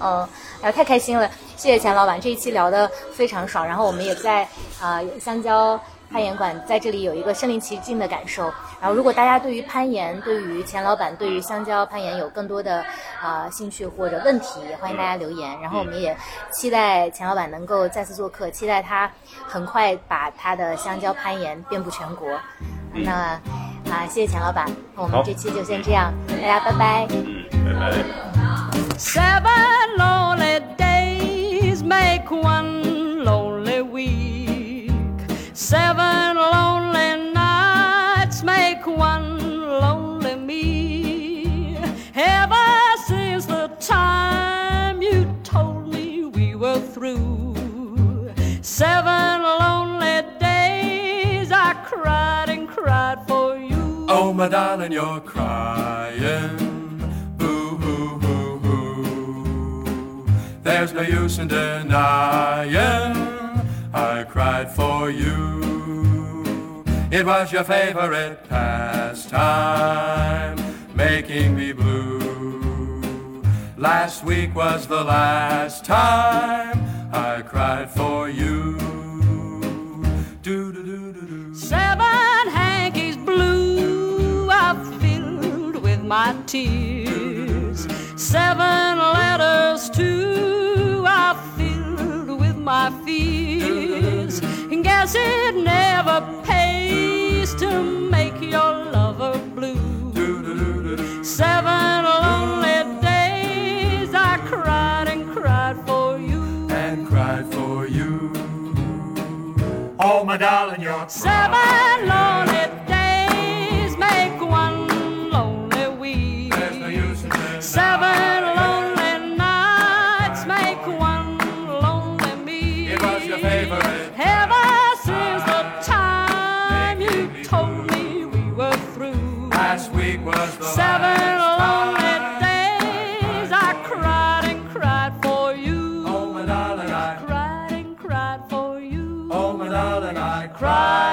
A: 嗯，哎、太开心了！谢谢钱老板，这一期聊得非常爽。然后我们也在啊、呃香蕉攀岩馆在这里有一个身临其境的感受。然后，如果大家对于攀岩、对于钱老板、对于香蕉攀岩有更多的啊、呃兴趣或者问题，也欢迎大家留言。然后，我们也期待钱老板能够再次做客，期待他很快把他的香蕉攀岩遍布全国。那啊、谢谢钱老板，那我们
B: 好
A: 这期就先这样，大家拜拜。
B: 嗯，拜拜。
C: Seven lonely days make one lonely week. Seven lonely nights make one lonely me. Ever since the time you told me we were through, seven lonely days I cried and cried for you.
D: Oh, my darling, you're crying. Boo hoo hoo hoo. There's no use in denying. I cried for you. It was your favorite pastime, making me blue. Last week was the last time I cried for you. Doo doo doo doo doo.
C: Seven hankies blue are filled with my tears. Seven letters too are filled with my fears. And guess it never pays to make your lover blue. Seven lonely days I cried and cried for you.
D: and cried for you. Oh, my darling, you're
C: Seven lonely days make one lonely week.
D: there's no use in denying.
C: Seven lonely nights make one lonely me.
D: It was your favorite
C: Ever since the time you told me we were through.
D: Last week was the
C: Seven
D: last
C: lonely
D: time.
C: days I cried and cried for you.
D: Oh, my darling, I
C: Cried and cried for you.
D: Oh, my darling, I
C: Cried